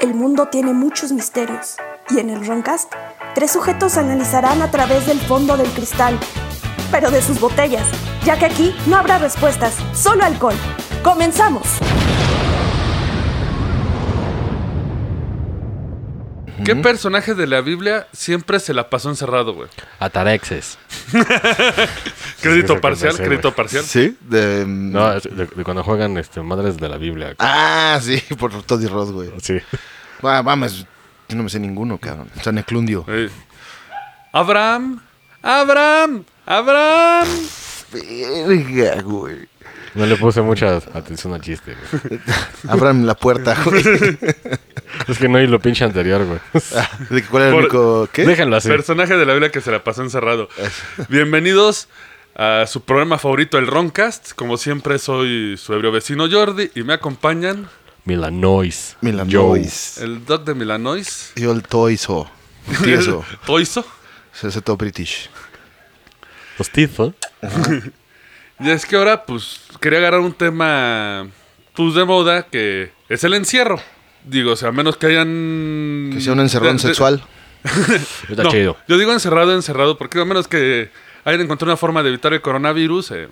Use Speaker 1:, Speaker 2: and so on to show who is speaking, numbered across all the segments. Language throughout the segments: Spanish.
Speaker 1: El mundo tiene muchos misterios y en el Roncast, tres sujetos analizarán a través del fondo del cristal, pero de sus botellas, ya que aquí no habrá respuestas, solo alcohol. ¡Comenzamos!
Speaker 2: ¿Qué personaje de la Biblia siempre se la pasó encerrado, güey?
Speaker 3: Atarexes.
Speaker 2: Crédito
Speaker 3: sí,
Speaker 2: parcial,
Speaker 3: sí,
Speaker 2: crédito
Speaker 3: güey.
Speaker 2: parcial.
Speaker 4: ¿Sí? De, mm,
Speaker 3: No, es de, de cuando juegan este, madres de la Biblia.
Speaker 4: Ah, sí, por Toddy Ross, güey.
Speaker 3: Sí.
Speaker 4: Ah, mames, yo no me sé ninguno, cabrón. San Eclundio.
Speaker 2: Eh. Abraham, Abraham, Abraham.
Speaker 4: Verga, güey.
Speaker 3: No le puse mucha atención al chiste, güey.
Speaker 4: Abran la puerta, güey.
Speaker 3: Es que no hay lo pinche anterior, güey.
Speaker 4: Ah, ¿De que cuál era el
Speaker 2: Por-
Speaker 4: único? ¿Qué?
Speaker 3: Déjenlo así.
Speaker 2: Personaje de la Biblia que se la pasó encerrado. Bienvenidos a su programa favorito, el Roncast. Como siempre, soy su ebrio vecino Jordi y me acompañan
Speaker 3: Milanois.
Speaker 4: Milanois.
Speaker 2: el Doc de Milanois.
Speaker 4: Yo el Toiso. El Tieso.
Speaker 2: Toiso.
Speaker 4: Se hace todo british.
Speaker 3: Joe. Los Tifo.
Speaker 2: Y es que ahora, pues, quería agarrar un tema, pues, de moda, que es el encierro. Digo, o sea, a menos que hayan...
Speaker 4: Que sea un encerrón
Speaker 2: Mm, de- de-
Speaker 4: sexual.
Speaker 3: Está
Speaker 2: No,
Speaker 3: chido.
Speaker 2: Yo digo encerrado, encerrado, porque a menos que hayan encontrado una forma de evitar el coronavirus, eh,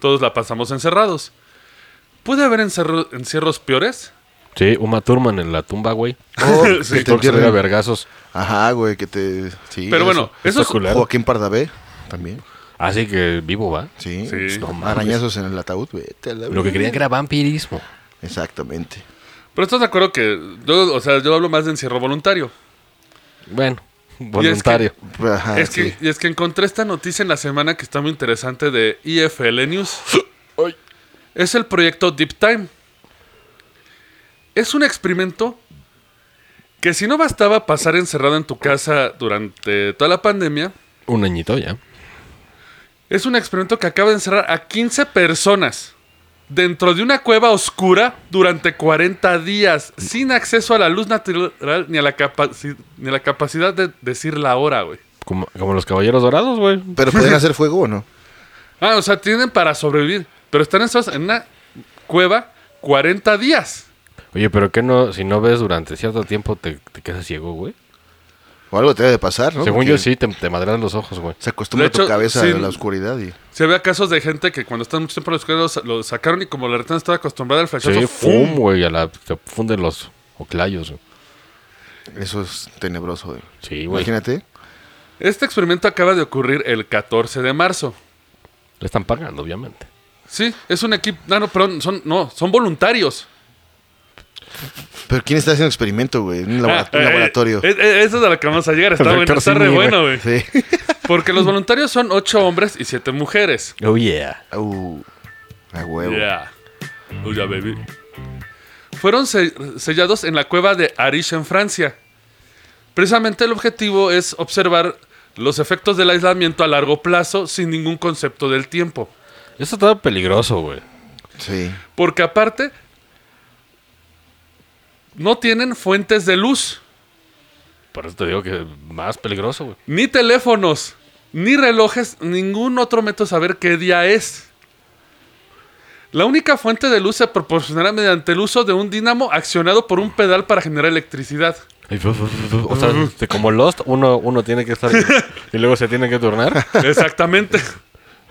Speaker 2: todos la pasamos encerrados. ¿Puede haber encerro- encierros peores?
Speaker 3: Sí, Uma Thurman en la tumba, güey.
Speaker 4: Oh,
Speaker 2: Sí,
Speaker 4: que te
Speaker 3: Creo que se ve a
Speaker 4: entierren.
Speaker 3: vergazos.
Speaker 4: Ajá, güey, que te. Sí,
Speaker 2: Pero
Speaker 4: eso.
Speaker 2: bueno, eso
Speaker 3: Está
Speaker 2: es...
Speaker 3: culero.
Speaker 4: Joaquín Pardavé también.
Speaker 3: Así Ah, que vivo, ¿va? Pues,
Speaker 4: Sí.
Speaker 2: Sí.
Speaker 3: No mames.
Speaker 4: Arañazos en el ataúd, vete a la
Speaker 3: Lo que
Speaker 4: verga.
Speaker 3: creían que era vampirismo.
Speaker 4: Exactamente.
Speaker 2: Pero estás de acuerdo que... Yo, o sea, yo hablo más de encierro voluntario.
Speaker 3: Bueno, voluntario.
Speaker 4: Ajá,
Speaker 2: es que,
Speaker 4: sí.
Speaker 2: Y es que encontré esta noticia en la semana que está muy interesante de IFL News. es el proyecto Deep Time. Es un experimento que si no bastaba pasar encerrado en tu casa durante toda la pandemia,
Speaker 3: Un añito ya.
Speaker 2: es un experimento que acaba de encerrar a 15 personas dentro de una cueva oscura durante 40 días, sin acceso a la luz natural ni a la, capaci- ni a la capacidad de decir la hora, güey.
Speaker 3: Como, como los caballeros dorados, güey.
Speaker 4: Pero pueden hacer fuego o no.
Speaker 2: Ah, o sea, tienen para sobrevivir. Pero están encerrados en una cueva 40 días.
Speaker 3: Oye, pero que no, si no ves durante cierto tiempo, te, te quedas ciego, güey.
Speaker 4: O algo te debe pasar, ¿no?
Speaker 3: Según
Speaker 4: Porque
Speaker 3: yo, sí, te, te madrean los ojos, güey.
Speaker 4: Se acostumbra
Speaker 2: De hecho,
Speaker 4: tu cabeza
Speaker 2: sí.
Speaker 4: a la oscuridad y.
Speaker 2: Se ve casos de gente que cuando están mucho tiempo en los cuevas lo sacaron y como la retina estaba acostumbrada al flechazo,
Speaker 3: Sí,
Speaker 2: ¡fum!
Speaker 3: fum, güey. A la, te funden los oclayos, güey.
Speaker 4: Eso es tenebroso, güey.
Speaker 3: Sí, güey.
Speaker 4: Imagínate.
Speaker 2: Este experimento acaba de ocurrir el 14 de marzo.
Speaker 3: Le están pagando, obviamente.
Speaker 2: Sí, es un equipo. ah, No, no, perdón, son, no, son voluntarios.
Speaker 4: Pero ¿quién está haciendo experimento, güey? En un labora- un
Speaker 2: Ah, eh,
Speaker 4: laboratorio.
Speaker 2: eh, eh, eso es a lo que vamos a llegar. Está,
Speaker 3: Doctor
Speaker 2: bueno, está re
Speaker 3: Simi, güey.
Speaker 2: bueno, güey.
Speaker 4: Sí.
Speaker 2: Porque los voluntarios son ocho hombres y siete mujeres.
Speaker 3: Oh, yeah.
Speaker 4: Uh, a huevo.
Speaker 2: Yeah. Oh, yeah, baby. Fueron se- sellados en la cueva de Arish en Francia. Precisamente el objetivo es observar los efectos del aislamiento a largo plazo sin ningún concepto del tiempo.
Speaker 3: Eso estaba peligroso, güey.
Speaker 4: Sí.
Speaker 2: Porque aparte, no tienen fuentes de luz,
Speaker 3: Por eso te digo que más peligroso, güey.
Speaker 2: ni teléfonos, ni relojes, ningún otro método de saber qué día es. La única fuente de luz se proporcionará mediante el uso de un dínamo accionado por un pedal para generar electricidad.
Speaker 3: Ay, fu- fu- fu- fu- O sea, este, como Lost, uno, uno tiene que estar y luego se tiene que turnar.
Speaker 2: Exactamente.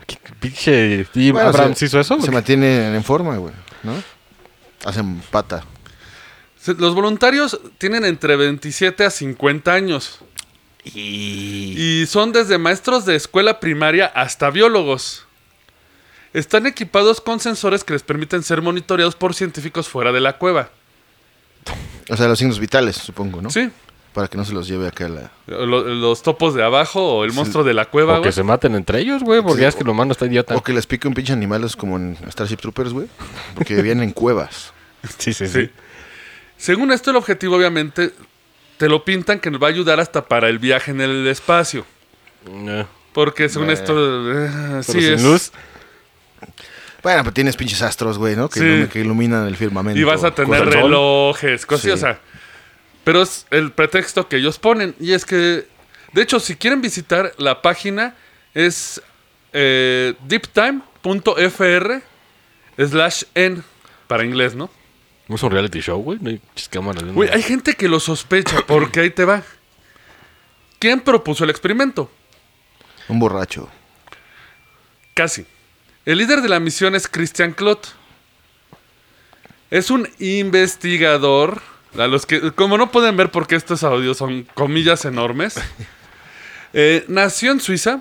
Speaker 3: ¿Qué Pinche Steve
Speaker 4: Bueno,
Speaker 3: Abrams
Speaker 4: se-
Speaker 3: hizo eso.
Speaker 4: Se
Speaker 3: güey?
Speaker 4: mantienen en forma, güey. ¿No? Hacen pata.
Speaker 2: Se- Los voluntarios tienen entre 27 a 50 años. Y son desde maestros de escuela primaria hasta biólogos. Están equipados con sensores que les permiten ser monitoreados por científicos fuera de la cueva.
Speaker 4: O sea, los signos vitales, supongo, ¿no?
Speaker 2: Sí.
Speaker 4: Para que no se los lleve acá la.
Speaker 2: Lo- los topos de abajo o el monstruo de la cueva,
Speaker 3: O que
Speaker 2: güey.
Speaker 3: se maten entre ellos, güey, porque ya es que lo humano está idiota.
Speaker 4: O que les pique un pinche animal, es como en Starship Troopers, güey. Porque vivían en cuevas.
Speaker 3: Sí, sí,
Speaker 2: Sí. Según esto, el objetivo, obviamente, te lo pintan que nos va a ayudar hasta para el viaje en el espacio.
Speaker 3: No.
Speaker 2: Porque según
Speaker 4: Bueno.
Speaker 2: esto, eh, sí
Speaker 3: Pero sin
Speaker 2: es.
Speaker 3: luz.
Speaker 4: Bueno, pero tienes pinches astros, güey, ¿no? Que,
Speaker 2: Sí.
Speaker 4: ilumi- que iluminan el firmamento.
Speaker 2: Y vas a tener
Speaker 3: Cosas del sol.
Speaker 2: relojes, cosas así,
Speaker 4: Sí.
Speaker 2: o sea. Pero es el pretexto que ellos ponen. Y es que, de hecho, si quieren visitar la página, es eh, deeptime.fr slash n para inglés, ¿no?
Speaker 3: No es un reality show, güey. No hay chis cámaras. ¿no?
Speaker 2: Güey, hay gente que lo sospecha porque ahí te va. ¿Quién propuso el experimento?
Speaker 4: Un borracho.
Speaker 2: Casi. El líder de la misión es Christian Clot. Es un investigador. A los que, como no pueden ver porque estos audios son comillas enormes. Eh, nació en Suiza.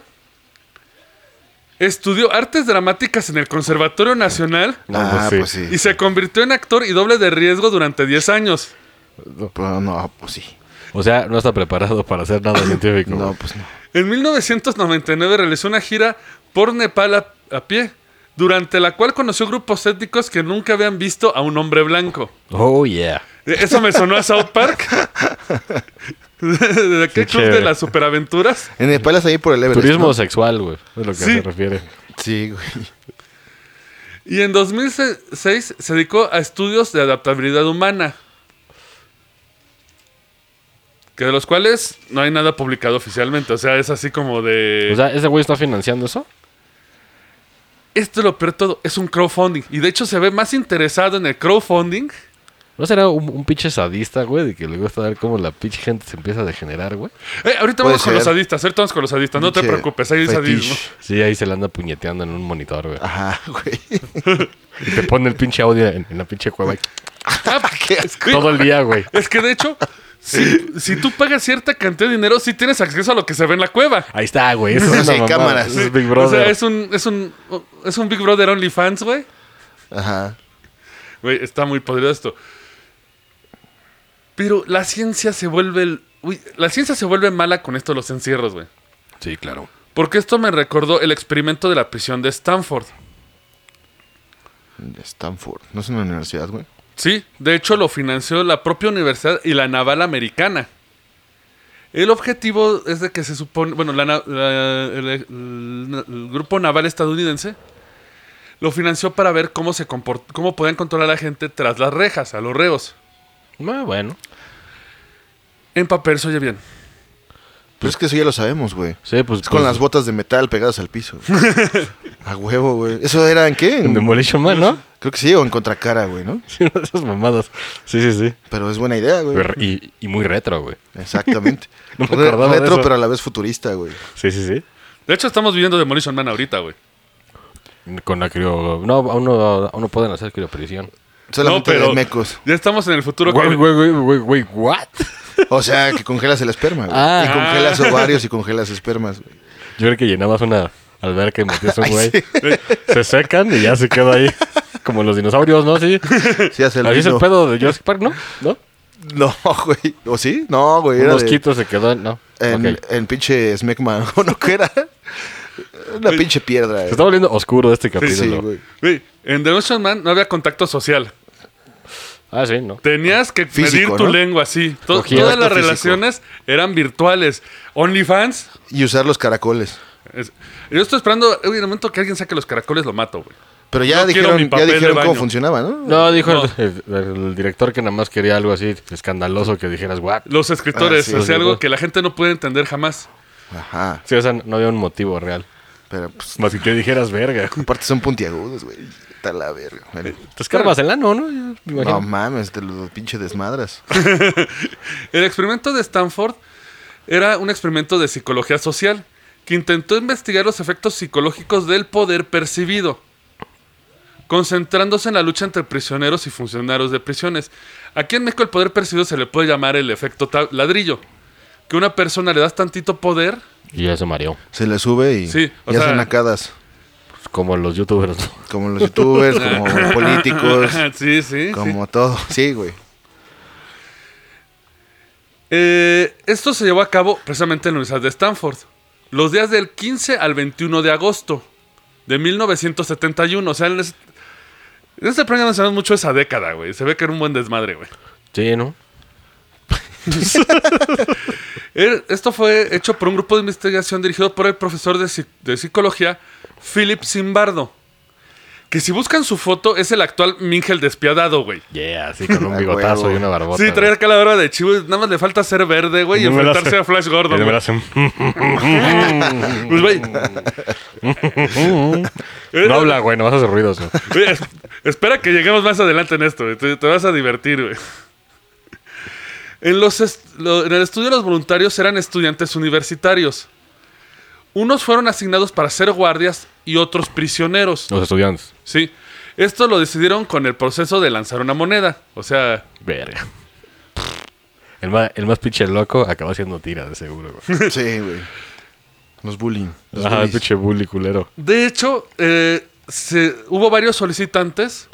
Speaker 2: Estudió artes dramáticas en el Conservatorio Nacional
Speaker 3: No,
Speaker 4: ah,
Speaker 3: pues
Speaker 4: pues
Speaker 3: sí.
Speaker 4: sí.
Speaker 2: y se convirtió en actor y doble de riesgo durante 10 años.
Speaker 4: Pero no, pues sí.
Speaker 3: O sea, no está preparado para hacer nada científico.
Speaker 4: No,
Speaker 3: güey.
Speaker 4: pues no.
Speaker 2: En 1999 realizó una gira por Nepal a, a pie, durante la cual conoció grupos étnicos que nunca habían visto a un hombre blanco.
Speaker 3: Oh, yeah.
Speaker 2: Eh, Eso me sonó a South Park. ¿De qué
Speaker 3: Qué
Speaker 2: club de
Speaker 3: chévere.
Speaker 2: las superaventuras?
Speaker 4: En Nepal es ahí por el Everest.
Speaker 3: Turismo
Speaker 4: ¿no?
Speaker 3: sexual, güey. Es lo que
Speaker 2: Sí.
Speaker 3: se refiere.
Speaker 4: Sí, güey.
Speaker 2: Y en 2006 se dedicó a estudios de adaptabilidad humana. Que de los cuales no hay nada publicado oficialmente. O sea, es así como de...
Speaker 3: O sea, ¿ese güey está financiando eso?
Speaker 2: Esto es lo peor de todo, es un crowdfunding. Y de hecho se ve más interesado en el crowdfunding.
Speaker 3: ¿No será un, un pinche sadista, güey? De que le gusta ver cómo la pinche gente se empieza a degenerar, güey.
Speaker 2: Eh, ahorita
Speaker 4: Puede
Speaker 2: vamos con
Speaker 4: ser.
Speaker 2: los sadistas, ahorita vamos con los sadistas, no te
Speaker 4: Pinche
Speaker 2: preocupes, hay
Speaker 4: fetiche.
Speaker 2: sadismo.
Speaker 3: Sí, ahí se le anda puñeteando en un monitor, güey.
Speaker 4: Ajá, güey.
Speaker 3: Y te pone el pinche audio en, en la pinche cueva. y-
Speaker 2: Ah,
Speaker 4: Qué asco.
Speaker 3: Todo el día, güey.
Speaker 2: es que de hecho, si, si tú pagas cierta cantidad de dinero, sí tienes acceso a lo que se ve en la cueva.
Speaker 3: Ahí está, güey. Eso es
Speaker 4: Sí,
Speaker 3: una mamada.
Speaker 4: cámaras.
Speaker 3: Eso es Big
Speaker 2: O
Speaker 3: Brother.
Speaker 2: sea, es un, es un, es un Big Brother OnlyFans, güey.
Speaker 4: Ajá.
Speaker 2: Güey, está muy podrido esto. Pero la ciencia se vuelve... el- uy, la ciencia se vuelve mala con esto de los encierros, güey.
Speaker 3: Sí, claro.
Speaker 2: Porque esto me recordó el experimento de la prisión de Stanford.
Speaker 4: Stanford. No es una universidad, güey.
Speaker 2: Sí, de hecho lo financió la propia universidad y la naval americana. El objetivo es de que se supone, bueno, la na- la- el, el- el grupo naval estadounidense lo financió para ver cómo se comport- cómo podían controlar a la gente tras las rejas, a los reos.
Speaker 3: Ah, bueno.
Speaker 2: En papel se oye bien.
Speaker 4: Pero es que eso ya lo sabemos, güey.
Speaker 3: Sí, pues.
Speaker 4: Es con
Speaker 3: pues,
Speaker 4: las botas de metal pegadas al piso. güey. A huevo, güey. ¿Eso era en qué?
Speaker 3: En
Speaker 4: En-
Speaker 3: Demolition Man, ¿no?
Speaker 4: Creo que sí, o en contracara, güey, ¿no?
Speaker 3: Sí, una de esas mamadas. Sí, sí, sí.
Speaker 4: Pero es buena idea, güey.
Speaker 3: Pero- Y, y muy retro, güey.
Speaker 4: Exactamente.
Speaker 3: No me
Speaker 4: Re-
Speaker 3: acordaba de
Speaker 4: retro,
Speaker 3: eso.
Speaker 4: pero a la vez futurista, güey.
Speaker 3: Sí, sí, sí.
Speaker 2: De hecho, estamos viviendo Demolition Man ahorita, güey.
Speaker 3: Con la crio... No, aún no, aún no pueden hacer crioperición.
Speaker 2: No,
Speaker 4: Solamente
Speaker 2: pero
Speaker 4: de mecos.
Speaker 2: ya estamos en el futuro.
Speaker 3: Güey,
Speaker 2: que-
Speaker 3: güey, güey, güey, güey, ¿what?
Speaker 4: O sea, que congelas el esperma, güey.
Speaker 3: Ah.
Speaker 4: Y congelas ovarios y congelas espermas, güey.
Speaker 3: Yo creo que llenabas una alberca y metías un
Speaker 4: Ay,
Speaker 3: güey.
Speaker 4: sí.
Speaker 3: Se secan y ya se queda ahí. Como los dinosaurios, ¿no? Sí.
Speaker 4: Sí, hace el
Speaker 3: Así es el
Speaker 4: vino.
Speaker 3: pedo de Jurassic Park, ¿no? ¿No?
Speaker 4: No, güey. ¿O sí? No, güey.
Speaker 3: Un
Speaker 4: era de-
Speaker 3: mosquito se quedó en... No.
Speaker 4: En,
Speaker 3: Ok.
Speaker 4: en pinche Smegma. ¿O no que era? Una pinche piedra,
Speaker 3: Se
Speaker 4: güey.
Speaker 3: está volviendo oscuro este capítulo.
Speaker 4: Sí, güey.
Speaker 2: Güey, en Demolition Man no había contacto social.
Speaker 3: Ah, sí, ¿no?
Speaker 2: Tenías que
Speaker 4: Físico,
Speaker 2: medir tu
Speaker 4: ¿no?
Speaker 2: lengua, sí. To-
Speaker 3: Cogías
Speaker 2: todas
Speaker 4: tu
Speaker 2: las
Speaker 4: físico.
Speaker 2: relaciones eran virtuales. OnlyFans.
Speaker 4: Y usar los caracoles.
Speaker 2: es- Yo estoy esperando uy, en el momento que alguien saque los caracoles, lo mato, güey.
Speaker 4: Pero ya
Speaker 2: No quiero mi
Speaker 4: dijeron, ya
Speaker 2: papel de
Speaker 4: dijeron cómo
Speaker 2: baño.
Speaker 4: funcionaba, ¿no?
Speaker 3: No, dijo
Speaker 2: No.
Speaker 3: El, el- el director que nada más quería algo así escandaloso que dijeras, what?
Speaker 2: Los escritores,
Speaker 4: Ah, sí,
Speaker 2: hacía
Speaker 3: los
Speaker 2: algo
Speaker 3: libros.
Speaker 2: que la gente no puede entender jamás.
Speaker 4: Ajá.
Speaker 3: Sí, o sea, no había un motivo real.
Speaker 4: Pero pues,
Speaker 3: Más que que dijeras, verga.
Speaker 4: aparte son puntiagudos, güey. Está la verga. Bueno,
Speaker 3: Te escarbas el ano, ¿no? Yo me imagino.
Speaker 4: no mames, de los pinche desmadras.
Speaker 2: El experimento de Stanford era un experimento de psicología social que intentó investigar los efectos psicológicos del poder percibido, concentrándose en la lucha entre prisioneros y funcionarios de prisiones. Aquí en México el poder percibido se le puede llamar el efecto ta- ladrillo, que una persona le das tantito poder,
Speaker 3: Y ya se mareó.
Speaker 4: Se le sube y,
Speaker 2: Sí, o
Speaker 4: y
Speaker 2: sea-
Speaker 4: hacen nacadas.
Speaker 3: Pues como los youtubers.
Speaker 4: Como los youtubers, como políticos,
Speaker 2: sí, sí, sí.
Speaker 4: como todo. Sí, güey.
Speaker 2: Eh, esto se llevó a cabo precisamente en la Universidad de Stanford, los días del 15 al 21 de agosto de 1971. O sea, en es- en este programa mencionamos mucho esa década, güey. Se ve que era un buen desmadre, güey.
Speaker 3: Sí, ¿no?
Speaker 2: Er- Esto fue hecho por un grupo de investigación dirigido por el profesor de, psi- de psicología Philip Zimbardo. Que si buscan su foto, es el actual Mingel despiadado, güey.
Speaker 3: Yeah, así con un
Speaker 4: Ah,
Speaker 3: bigotazo
Speaker 4: huevo.
Speaker 3: y una barbota.
Speaker 2: Sí, traer calavera de chivo, nada más le falta ser verde, güey, y
Speaker 3: No me la
Speaker 2: enfrentarse
Speaker 3: sé.
Speaker 2: a Flash
Speaker 3: güey.
Speaker 2: Gordon.
Speaker 3: Y de
Speaker 2: güey.
Speaker 3: veras,
Speaker 2: Pues, güey,
Speaker 3: No habla, güey, no vas a hacer ruidos. güey.
Speaker 2: Oye, Espera que lleguemos más adelante en esto, güey. Te, te vas a divertir, güey. En, los est- lo- en el estudio los voluntarios eran estudiantes universitarios. Unos fueron asignados para ser guardias y otros prisioneros.
Speaker 3: Los estudiantes.
Speaker 2: Sí. Esto lo decidieron con el proceso de lanzar una moneda. O sea,
Speaker 3: Verga. El más, el más pinche loco acaba haciendo tiras, de seguro. güey.
Speaker 4: Sí, güey. Los bullying. Los
Speaker 3: Ajá,
Speaker 4: bullies.
Speaker 3: pinche bully culero.
Speaker 2: de hecho, eh, se- hubo varios solicitantes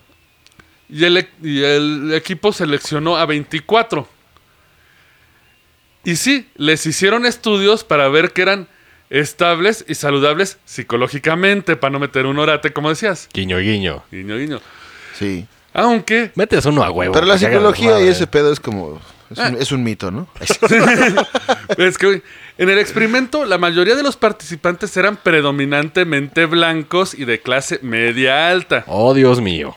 Speaker 2: y el, e- y el equipo seleccionó a 24. Y sí, les hicieron estudios para ver que eran estables y saludables psicológicamente, para no meter un orate, como decías.
Speaker 3: Guiño, guiño.
Speaker 2: Guiño, guiño.
Speaker 4: Sí.
Speaker 2: Aunque
Speaker 3: Metes uno a huevo.
Speaker 4: Pero la
Speaker 3: que haga eh.
Speaker 4: psicología y
Speaker 3: desmadre.
Speaker 4: ese pedo es como. Es un, es un mito, ¿no?
Speaker 2: Es que güey, en el experimento la mayoría de los participantes eran predominantemente blancos y de clase media alta. Eh,
Speaker 3: Oh, Dios mío.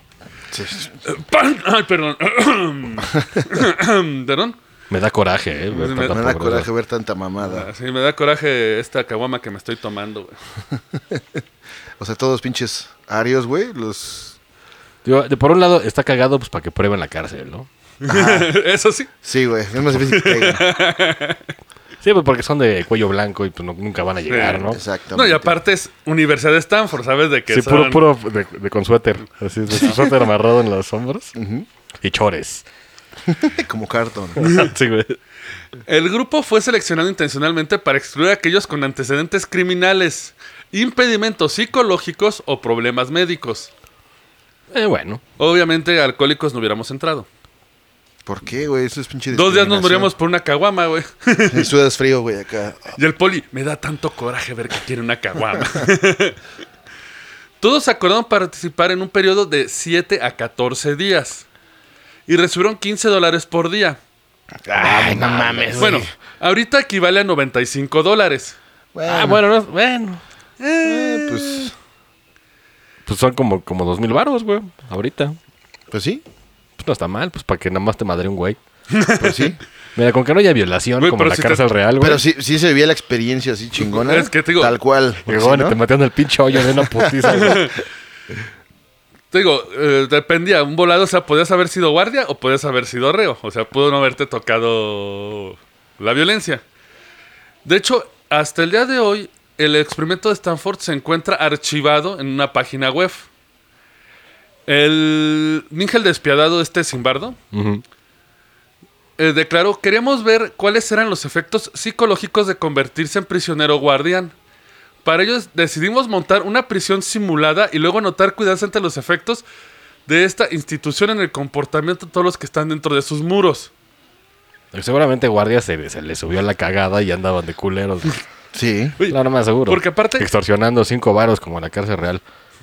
Speaker 2: ¡Pan! Ay, perdón. perdón.
Speaker 3: Me da coraje, eh. ver
Speaker 2: Me-
Speaker 3: tanta
Speaker 4: Pues Me da
Speaker 3: pobreza.
Speaker 4: coraje ver tanta mamada.
Speaker 2: Ah, Sí, me da coraje esta caguama que me estoy tomando. güey.
Speaker 4: O sea, todos pinches arios, güey. Los.
Speaker 3: Digo, de- por un lado, está cagado pues para que prueben la cárcel, ¿no?
Speaker 2: Eso sí.
Speaker 4: Sí, güey. Es más difícil que caigan.
Speaker 3: Sí, pues porque son de cuello blanco y pues no- nunca van a llegar,
Speaker 2: Sí,
Speaker 3: ¿no?
Speaker 4: Exactamente.
Speaker 2: No, y aparte es Universidad de Stanford, ¿sabes? De que
Speaker 3: Sí, puro,
Speaker 2: son-
Speaker 3: puro de, de con suéter. Así, de su suéter amarrado en los hombros. Y chores.
Speaker 4: Como cartón.
Speaker 3: sí, güey.
Speaker 2: El grupo fue seleccionado intencionalmente para excluir a aquellos con antecedentes criminales, impedimentos psicológicos o problemas médicos.
Speaker 3: Eh, bueno.
Speaker 2: Obviamente, alcohólicos no hubiéramos entrado.
Speaker 4: ¿Por qué, güey? Eso es pinche.
Speaker 2: Dos días nos moríamos
Speaker 4: discriminación.
Speaker 2: por una caguama, güey.
Speaker 4: Y sudas frío, güey, acá.
Speaker 2: Y el poli, me da tanto coraje ver que quiere una caguama. Todos acordaron participar en un periodo de 7 a 14 días. Y recibieron 15 dólares por día.
Speaker 4: Ay, no mames.
Speaker 2: Bueno, ahorita equivale a 95 dólares.
Speaker 3: Ah, bueno, no, bueno.
Speaker 4: eh, pues.
Speaker 3: Pues son como, como dos mil varos, güey. Ahorita.
Speaker 4: Pues sí.
Speaker 3: Pues no está mal, pues para que nada más te madre un güey.
Speaker 4: Pues sí.
Speaker 3: Mira, con que no haya violación
Speaker 2: Güey,
Speaker 3: como
Speaker 2: pero
Speaker 3: la
Speaker 2: si te-
Speaker 3: cárcel real, güey.
Speaker 4: Pero sí, sí se vivía la experiencia así chingona.
Speaker 2: Es que te digo-
Speaker 4: Tal cual.
Speaker 3: Porque,
Speaker 2: pues,
Speaker 4: Porque si
Speaker 3: bueno,
Speaker 4: no-
Speaker 3: te mataron el pinche hoyo de una putiza, güey.
Speaker 2: Te digo, eh, dependía. Un volado, o sea, podías haber sido guardia o podías haber sido reo. O sea, pudo no haberte tocado la violencia. De hecho, hasta el día de hoy, el experimento de Stanford se encuentra archivado en una página web. El Níngel despiadado, este Simbardo,
Speaker 3: Ujú.
Speaker 2: eh, declaró, queríamos ver cuáles eran los efectos psicológicos de convertirse en prisionero guardián. Para ello decidimos montar una prisión simulada y luego anotar cuidarse ante los efectos de esta institución en el comportamiento de todos los que están dentro de sus muros.
Speaker 3: Seguramente guardias se, se les subió la cagada y andaban de culeros. güey.
Speaker 4: Sí,
Speaker 2: Oye,
Speaker 3: Claro, más seguro.
Speaker 2: porque aparte-
Speaker 3: Extorsionando cinco varos como en la cárcel real.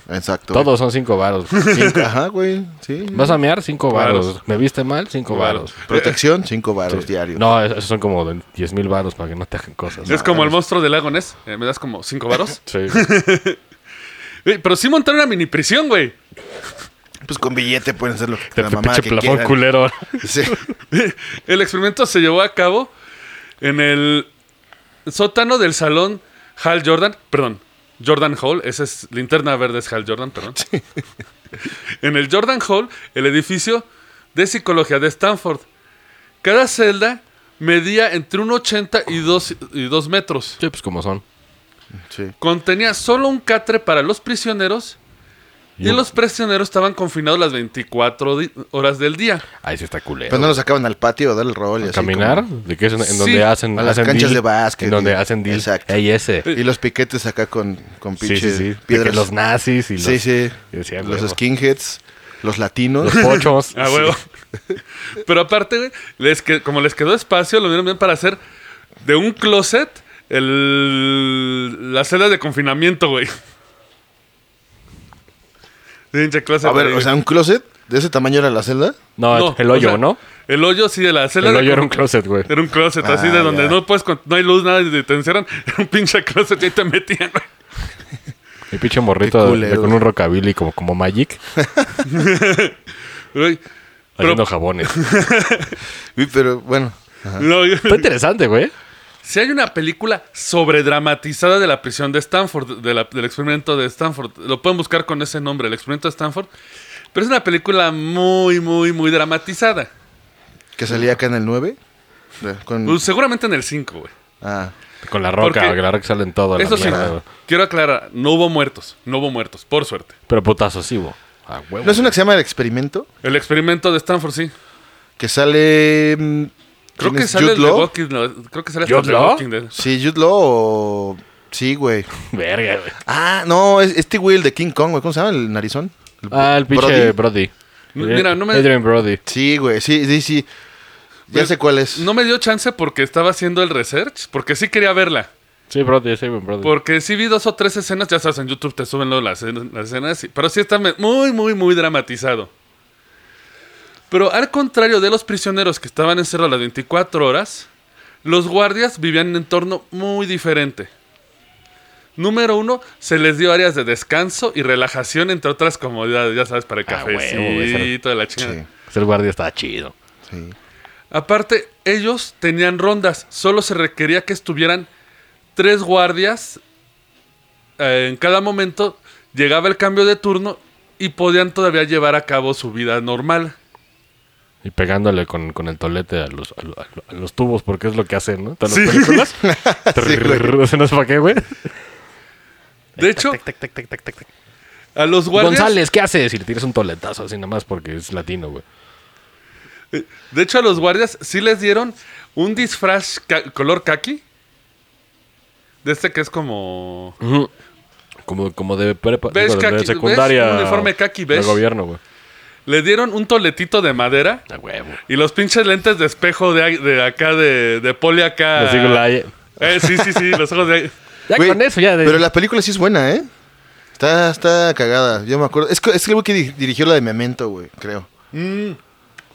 Speaker 4: exacto.
Speaker 3: Todos son cinco varos.
Speaker 4: Cinco- Ajá, güey. Sí.
Speaker 3: ¿Vas a mear? Cinco
Speaker 2: Varos.
Speaker 3: varos. ¿Me viste mal? Cinco varos.
Speaker 4: Protección, cinco varos diario.
Speaker 3: No, esos son como de diez mil varos para que no te hagan cosas. ¿no?
Speaker 2: es como el monstruo del lago Ness. Eh, me das como cinco varos.
Speaker 3: Sí.
Speaker 2: Ey, pero sí montaron una mini prisión, güey.
Speaker 4: Pues con billete pueden hacer lo que
Speaker 3: Te
Speaker 4: la mamá
Speaker 3: pinche
Speaker 4: que
Speaker 3: plafón
Speaker 4: quieran.
Speaker 3: culero.
Speaker 4: Sí.
Speaker 2: El experimento se llevó a cabo en el sótano del salón Hal Jordan, perdón, Jordan Hall, esa es linterna verde, es Hal Jordan, perdón. en el Jordan Hall, el edificio de psicología de Stanford. Cada celda medía entre 1,80 y 2, y 2 metros.
Speaker 3: Sí, pues como son.
Speaker 4: Sí.
Speaker 2: Contenía solo un catre para los prisioneros y los prisioneros estaban confinados las 24 di- horas del día.
Speaker 3: Ahí sí está culero.
Speaker 4: Pues no los sacaban al patio a dar el rol y
Speaker 3: ¿A
Speaker 4: así
Speaker 3: caminar?
Speaker 4: como-
Speaker 3: ¿De qué es en, en
Speaker 2: Sí,
Speaker 3: donde hacen
Speaker 4: a las
Speaker 3: hacen
Speaker 4: canchas
Speaker 3: deal,
Speaker 4: de básquet,
Speaker 3: En donde
Speaker 4: digo.
Speaker 3: hacen deal.
Speaker 4: Exacto.
Speaker 3: Ey, ese.
Speaker 4: Y los piquetes acá con, con
Speaker 3: Sí, sí,
Speaker 4: pinches
Speaker 3: sí. De
Speaker 4: piedras.
Speaker 3: que los nazis y los,
Speaker 4: sí, sí.
Speaker 3: Yo decía,
Speaker 4: los
Speaker 3: huevo.
Speaker 4: skinheads, los latinos.
Speaker 3: los pochos.
Speaker 2: A Ah, huevo. Pero aparte, güey, les que, como les quedó espacio, lo vieron bien para hacer de un closet el, la celda de confinamiento, güey. Pinche closet,
Speaker 4: a ver,
Speaker 2: güey.
Speaker 4: o sea, un closet de ese tamaño era la celda.
Speaker 3: No, el hoyo,
Speaker 2: o sea,
Speaker 3: ¿no?
Speaker 2: El hoyo, sí, de la celda.
Speaker 3: El
Speaker 2: de
Speaker 3: hoyo era
Speaker 2: con-
Speaker 3: un closet, güey.
Speaker 2: Era un closet,
Speaker 4: Ah,
Speaker 2: así de donde
Speaker 4: ya.
Speaker 2: no puedes, con- no hay luz, nada, y te encierran. Era un pinche closet y ahí te metían, güey.
Speaker 3: Mi pinche morrito de-
Speaker 4: culero.
Speaker 3: con un rockabilly como, como Magic
Speaker 2: Güey,
Speaker 3: haciendo jabones.
Speaker 4: Uy, pero bueno. Ajá.
Speaker 2: no, güey.
Speaker 3: Está interesante, güey.
Speaker 2: Si hay una película sobredramatizada de la prisión de Stanford, de la- del experimento de Stanford, lo pueden buscar con ese nombre, el experimento de Stanford. Pero es una película muy, muy, muy dramatizada.
Speaker 4: Que salía acá en el 9. de- Con...
Speaker 2: Pues seguramente en el 5, güey.
Speaker 4: Ah,
Speaker 3: Con la roca,
Speaker 2: Porque-
Speaker 3: que la roca sale en todo. a la
Speaker 2: Eso sí,
Speaker 3: mierda, güey.
Speaker 2: quiero aclarar, no hubo muertos, no hubo muertos, por suerte.
Speaker 3: Pero putazo sí, Ah, hubo. A huevo.
Speaker 4: ¿No es una que se llama El Experimento?
Speaker 2: El experimento de Stanford, sí.
Speaker 4: Que sale... mm,
Speaker 2: Creo
Speaker 4: ¿quién
Speaker 2: que
Speaker 4: es?
Speaker 2: sale
Speaker 4: Jude
Speaker 2: el de
Speaker 4: Law.
Speaker 2: Walking Dead, Creo que sale hasta
Speaker 3: ¿Jude
Speaker 2: el de
Speaker 3: Law?
Speaker 2: Walking Dead.
Speaker 4: Sí, Jude Law o... Sí, güey.
Speaker 3: Verga, güey.
Speaker 4: Ah, no, es este güey, el de King Kong, güey. ¿Cómo se llama? ¿El narizón?
Speaker 3: Ah, el pinche
Speaker 4: Brody.
Speaker 3: Brody.
Speaker 2: M- mira, no me-
Speaker 3: Adrian Brody.
Speaker 4: Sí, güey, sí, sí, sí. Ya
Speaker 2: Pues,
Speaker 4: sé cuál es.
Speaker 2: No me dio chance porque estaba haciendo el research, porque sí quería verla.
Speaker 3: Sí, Brody, sí, Brody.
Speaker 2: Porque sí vi dos o tres escenas, ya sabes, en YouTube te suben luego las, escenas- las escenas, y- pero sí está me- muy, muy, muy dramatizado. Pero al contrario de los prisioneros que estaban encerrados las 24 horas, los guardias vivían en un entorno muy diferente. Número uno, se les dio áreas de descanso y relajación, entre otras comodidades, ya sabes, para el
Speaker 3: Ah, huevo,
Speaker 2: cafecito,
Speaker 3: güey,
Speaker 2: de la
Speaker 4: Sí,
Speaker 2: chingada.
Speaker 3: El guardia está chido.
Speaker 4: sí.
Speaker 2: Aparte, ellos tenían rondas. Solo se requería que estuvieran tres guardias. eh, en cada momento llegaba el cambio de turno y podían todavía llevar a cabo su vida normal.
Speaker 3: Y pegándole con, con el tolete a los, a, lo- a lo- a los tubos, porque es lo que hacen, ¿no? Todas las
Speaker 2: Sí.
Speaker 3: películas. Trrr, no sé para qué, güey.
Speaker 2: De hecho, a los guardias.
Speaker 3: González, ¿qué haces? Si le tiras un toletazo así nada más porque es latino, güey.
Speaker 2: De hecho, a los guardias sí les dieron un disfraz ca- color kaki. De este que es como.
Speaker 3: Como, como de prepa,
Speaker 2: ¿Ves,
Speaker 3: digo, de- de
Speaker 2: Kaki?
Speaker 3: secundaria.
Speaker 2: ¿Ves? Un uniforme Kaki, ¿ves?
Speaker 3: De gobierno, güey.
Speaker 2: Le dieron un toletito de madera
Speaker 3: A huevo.
Speaker 2: y los pinches lentes de espejo de, ahí- de acá, de, de poli acá.
Speaker 3: Los digo, la- Ya
Speaker 2: Eh, sí, sí, sí, los ojos de ahí.
Speaker 4: Güey,
Speaker 3: con eso, ya. De,
Speaker 4: Pero la película sí es buena, ¿eh? Está, está cagada, yo me acuerdo. Es, que- es el güey que di- dirigió la de Memento, güey, creo.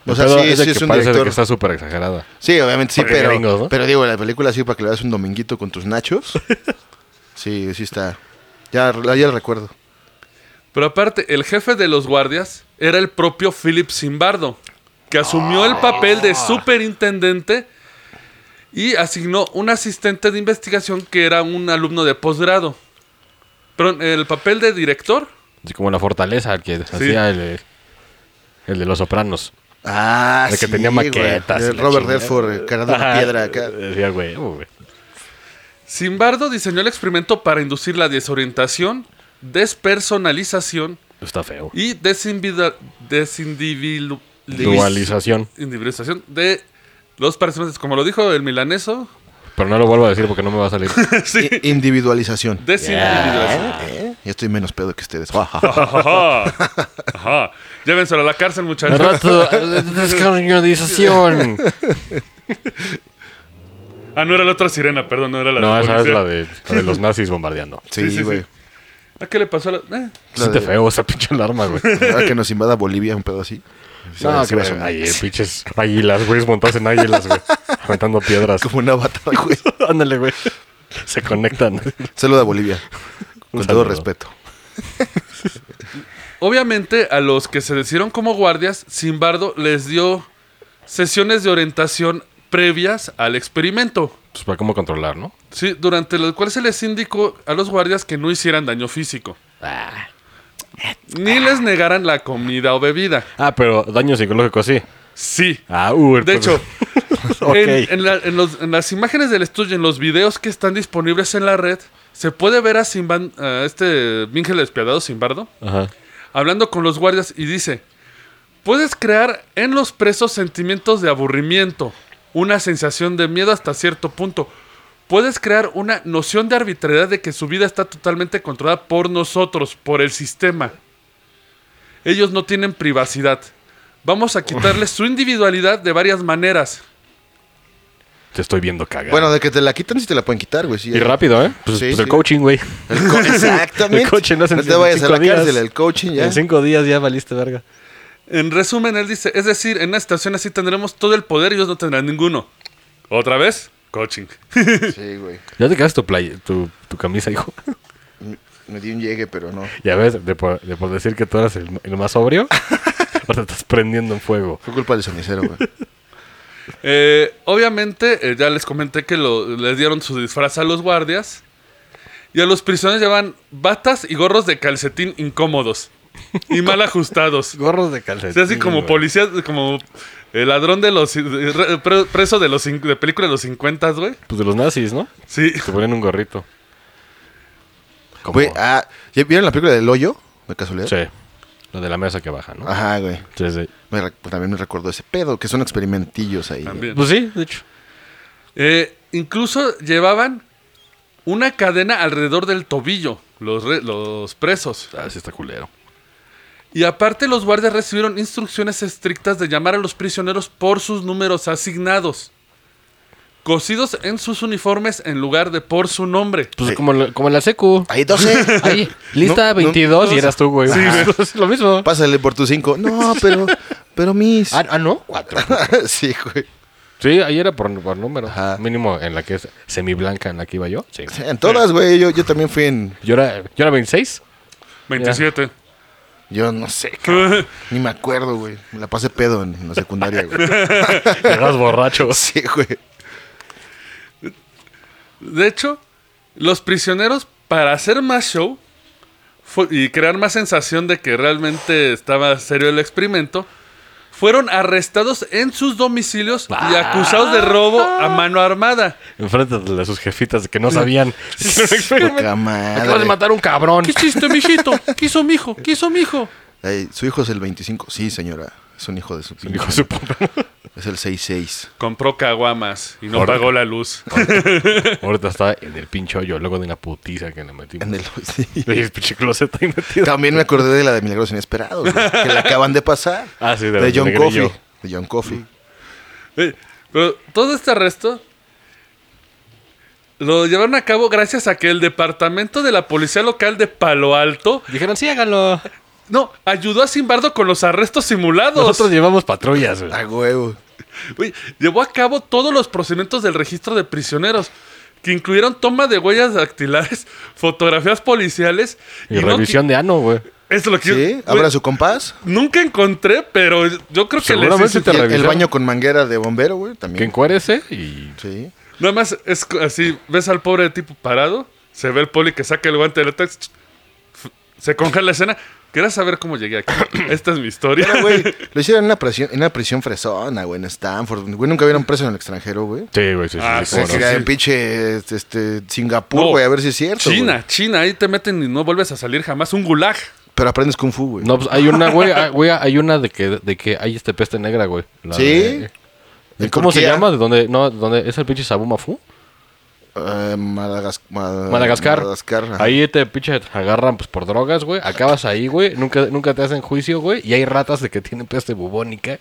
Speaker 4: O sea,
Speaker 3: Pero
Speaker 4: sí,
Speaker 3: es
Speaker 4: sí
Speaker 3: de
Speaker 4: es
Speaker 3: que
Speaker 4: un
Speaker 3: parece de
Speaker 4: director.
Speaker 3: que está súper exagerada.
Speaker 4: Sí, obviamente sí,
Speaker 3: Porque
Speaker 4: pero,
Speaker 3: gringos, ¿no?
Speaker 4: pero digo, la película sí para que le veas un dominguito con tus nachos. sí, sí está. Ya, ya la recuerdo.
Speaker 2: Pero aparte, el jefe de los guardias era el propio Philip Simbardo, que asumió el papel de superintendente y asignó un asistente de investigación que era un alumno de posgrado. Pero el papel de director,
Speaker 3: Así como la fortaleza, el que hacía el, el de los sopranos.
Speaker 4: Ah,
Speaker 3: El que
Speaker 4: sí,
Speaker 3: tenía
Speaker 4: güey.
Speaker 3: maquetas y
Speaker 4: De
Speaker 3: la
Speaker 4: Robert
Speaker 3: chingada.
Speaker 4: Redford, eh, cargando una piedra acá.
Speaker 3: Decía, güey, oh, güey.
Speaker 2: Simbardo diseñó el experimento para inducir la desorientación, despersonalización
Speaker 3: Está feo.
Speaker 2: y desinvida- desindividu-
Speaker 3: Dualización.
Speaker 2: individualización de los participantes. Como lo dijo el milaneso,
Speaker 3: Pero no lo vuelvo a decir porque no me va a salir.
Speaker 2: sí,
Speaker 4: I- Individualización.
Speaker 2: desindividualización.
Speaker 4: ¿Eh? Yo estoy menos pedo que ustedes. Ajá.
Speaker 2: Ajá. Ajá. Llévenselo a la cárcel, muchachos.
Speaker 3: rato, descarnización.
Speaker 2: Ah, no era la otra sirena, perdón, no era la
Speaker 3: No,
Speaker 2: de
Speaker 3: esa es
Speaker 2: policía.
Speaker 3: la de, la de los nazis bombardeando.
Speaker 2: Sí, sí,
Speaker 4: Sí,
Speaker 2: sí.
Speaker 4: güey.
Speaker 2: ¿A qué le pasó a la.? eh,
Speaker 4: La
Speaker 3: Siente
Speaker 4: de-
Speaker 3: feo esa pinche alarma, güey.
Speaker 4: Ahora que nos invada Bolivia, un pedo así. Sí,
Speaker 3: No,
Speaker 4: sí
Speaker 3: que
Speaker 4: va a
Speaker 3: ver.
Speaker 4: sonar.
Speaker 3: Ahí, pinches águilas, güey, montados en águilas, güey. Aventando piedras.
Speaker 4: Como una batalla, güey.
Speaker 3: Ándale, güey. Se conectan.
Speaker 4: Saluda a Bolivia. Con todo
Speaker 3: saludo.
Speaker 4: respeto.
Speaker 2: Obviamente, a los que se decidieron como guardias, Simbardo les dio sesiones de orientación previas al experimento.
Speaker 3: Pues para cómo controlar, ¿no?
Speaker 2: Sí, durante lo cual se les indicó a los guardias que no hicieran daño físico.
Speaker 3: Ah.
Speaker 2: Ni les negaran la comida o bebida.
Speaker 3: Ah, pero daño psicológico sí.
Speaker 2: Sí.
Speaker 3: Ah, uh, el
Speaker 2: De hecho,
Speaker 3: Ok.
Speaker 2: En, en la- en los- en las imágenes del estudio, en los videos que están disponibles en la red, se puede ver a, Simban, a este Mingel despiadado, Simbardo,
Speaker 3: Ajá.
Speaker 2: hablando con los guardias y dice, puedes crear en los presos sentimientos de aburrimiento, una sensación de miedo hasta cierto punto. Puedes crear una noción de arbitrariedad de que su vida está totalmente controlada por nosotros, por el sistema. Ellos no tienen privacidad. Vamos a quitarles su individualidad de varias maneras.
Speaker 3: Te estoy viendo cagar.
Speaker 4: Bueno, de que te la quitan, sí te la pueden quitar, güey. sí,
Speaker 3: y
Speaker 4: ya.
Speaker 3: rápido, ¿eh? Pues,
Speaker 4: Sí,
Speaker 3: pues el
Speaker 4: sí.
Speaker 3: coaching, güey.
Speaker 4: El co- Exactamente.
Speaker 3: El coaching no
Speaker 4: no,
Speaker 3: hacen
Speaker 4: te vayas a
Speaker 3: cinco
Speaker 4: la
Speaker 3: días.
Speaker 4: cárcel, el coaching ya.
Speaker 3: En cinco días ya valiste, verga.
Speaker 2: En resumen, él dice, es decir, en una situación así tendremos todo el poder y ellos no tendrán ninguno. ¿Otra vez? Coaching.
Speaker 4: Sí, güey.
Speaker 3: Ya te quedas tu, play, tu, tu camisa, hijo.
Speaker 4: Me di un llegue, pero no.
Speaker 3: Ya ves, de por, de por decir que tú eras el, el más sobrio, ahora te estás prendiendo en fuego.
Speaker 4: Fue culpa del sonicero, güey.
Speaker 2: Eh, obviamente, eh, ya les comenté que lo- les dieron su disfraz a los guardias. Y a los prisioneros llevan batas y gorros de calcetín incómodos. Y mal ajustados.
Speaker 3: Gorros de
Speaker 2: O
Speaker 3: calcetín.
Speaker 2: sea, así como
Speaker 3: güey.
Speaker 2: policía, como el ladrón de los... eh, pre- Preso de los... cin- De película de los 50, güey.
Speaker 3: Pues de los nazis, ¿no?
Speaker 2: Sí.
Speaker 3: Se ponen un gorrito. Como-
Speaker 4: Güey, ah, ¿ya vieron la película del hoyo? De casualidad.
Speaker 3: Sí. Lo de la mesa que baja, ¿no?
Speaker 4: Ajá, güey.
Speaker 3: Sí, sí.
Speaker 4: Me re- también me recordó ese pedo, que son experimentillos ahí.
Speaker 2: También.
Speaker 3: Pues sí, de hecho.
Speaker 2: Eh, incluso llevaban una cadena alrededor del tobillo, los, re- los presos.
Speaker 3: Ah, sí está culero.
Speaker 2: Y aparte los guardias recibieron instrucciones estrictas de llamar a los prisioneros por sus números asignados, cosidos en sus uniformes en lugar de por su nombre.
Speaker 3: Pues
Speaker 4: Sí.
Speaker 3: como, la- como en la secu.
Speaker 4: Ahí 12.
Speaker 3: Ahí, lista
Speaker 4: No, no,
Speaker 3: 22
Speaker 4: no,
Speaker 3: y eras tú, güey.
Speaker 2: sí,
Speaker 3: Ajá. es lo mismo.
Speaker 4: Pásale por tus cinco. No, pero, pero mis.
Speaker 3: Ah, ah, no, cuatro.
Speaker 4: sí, güey.
Speaker 3: Sí, ahí era por, por número.
Speaker 4: Ajá.
Speaker 3: Mínimo en la que es semiblanca, en la que iba yo. Sí.
Speaker 4: En todas, güey. Yo, yo también fui en.
Speaker 3: Yo era, yo era 26.
Speaker 2: 27.
Speaker 4: Yo no sé, cabrón. Ni me acuerdo, güey. Me la pasé pedo en, en la secundaria, güey.
Speaker 3: Eras borracho.
Speaker 4: Sí, güey.
Speaker 2: De hecho, los prisioneros, para hacer más show fu- y crear más sensación de que realmente estaba serio el experimento, fueron arrestados en sus domicilios y acusados de robo a mano armada.
Speaker 3: Enfrente de sus jefitas que no sabían.
Speaker 4: Poca madre.
Speaker 3: Acabas de matar a un cabrón.
Speaker 2: ¿Qué hiciste, mijito? ¿Qué hizo mi hijo? ¿Qué hizo mi hijo?
Speaker 4: Ey, Su hijo es el 25. Sí, señora. Es un hijo de su
Speaker 3: Dijo
Speaker 4: pinche
Speaker 3: su papá.
Speaker 4: madre. Es el 66.
Speaker 2: Compró caguamas y no
Speaker 3: Órale.
Speaker 2: pagó la luz.
Speaker 3: Ahorita está en el pinche hoyo, luego de una putiza que le metimos.
Speaker 4: En el- sí.
Speaker 3: Y el pinche closet ahí metido.
Speaker 4: También me acordé de la de Milagros Inesperados, güey, que la acaban de pasar.
Speaker 3: Ah, sí, de la
Speaker 4: de,
Speaker 3: de
Speaker 4: John
Speaker 3: Negrillo.
Speaker 4: Coffey. De John Coffey.
Speaker 2: Eh, Pero todo este arresto lo llevaron a cabo gracias a que el departamento de la policía local de Palo Alto
Speaker 3: Dijeron, sí, háganlo.
Speaker 2: No, ayudó a Simbardo con los arrestos simulados.
Speaker 3: Nosotros llevamos patrullas, güey.
Speaker 4: A huevo.
Speaker 2: Güey, llevó a cabo todos los procedimientos del registro de prisioneros, que incluyeron toma de huellas dactilares, fotografías policiales
Speaker 3: Y
Speaker 2: no
Speaker 3: revisión de ano, güey.
Speaker 2: qui- Eso es lo que yo-
Speaker 4: ¿Sí?
Speaker 2: güey,
Speaker 4: ¿Abra su compás?
Speaker 2: Nunca encontré, pero yo creo que les
Speaker 3: Seguramente
Speaker 2: hice-
Speaker 4: Y
Speaker 3: Te
Speaker 4: el- El
Speaker 3: revisaron.
Speaker 4: baño con manguera de bombero, güey,
Speaker 3: Que
Speaker 4: también.
Speaker 3: encuérese y...
Speaker 4: Sí.
Speaker 2: Nada más es co- así, ves al pobre tipo parado, se ve el poli que saca el guante de látex, f- se congela la escena. ¿Querés saber cómo llegué aquí? Esta es mi historia.
Speaker 4: Pero, güey, lo hicieron en una prisión, en una prisión fresona, güey, en Stanford. Güey, nunca vieron preso en el extranjero, güey.
Speaker 3: Sí, güey, sí, sí,
Speaker 2: Ah,
Speaker 3: sí,
Speaker 4: Se
Speaker 3: cómo
Speaker 2: sí,
Speaker 3: no.
Speaker 4: crea
Speaker 2: sí.
Speaker 4: en pinche este, este, Singapur,
Speaker 2: No.
Speaker 4: güey, a ver si es cierto.
Speaker 2: China,
Speaker 4: güey.
Speaker 2: China, ahí te meten y no vuelves a salir jamás. Un gulag.
Speaker 4: Pero aprendes Kung Fu, güey.
Speaker 3: No, pues hay una, güey, ah, güey, hay una de que, de que hay este peste negra, güey. La
Speaker 4: ¿Sí?
Speaker 3: de-
Speaker 4: ¿En
Speaker 3: ¿Cómo se
Speaker 4: Turquía?
Speaker 3: llama? ¿De dónde, no, de dónde es el pinche Sabu Mafu?
Speaker 4: Eh, Madagas- Ma-
Speaker 3: Madagascar.
Speaker 4: Ah, Madagascar. ajá.
Speaker 3: Ahí te pinche agarran pues por drogas, güey. Acabas ahí, güey. Nunca, nunca te hacen juicio, güey. Y hay ratas de que tienen peste bubónica.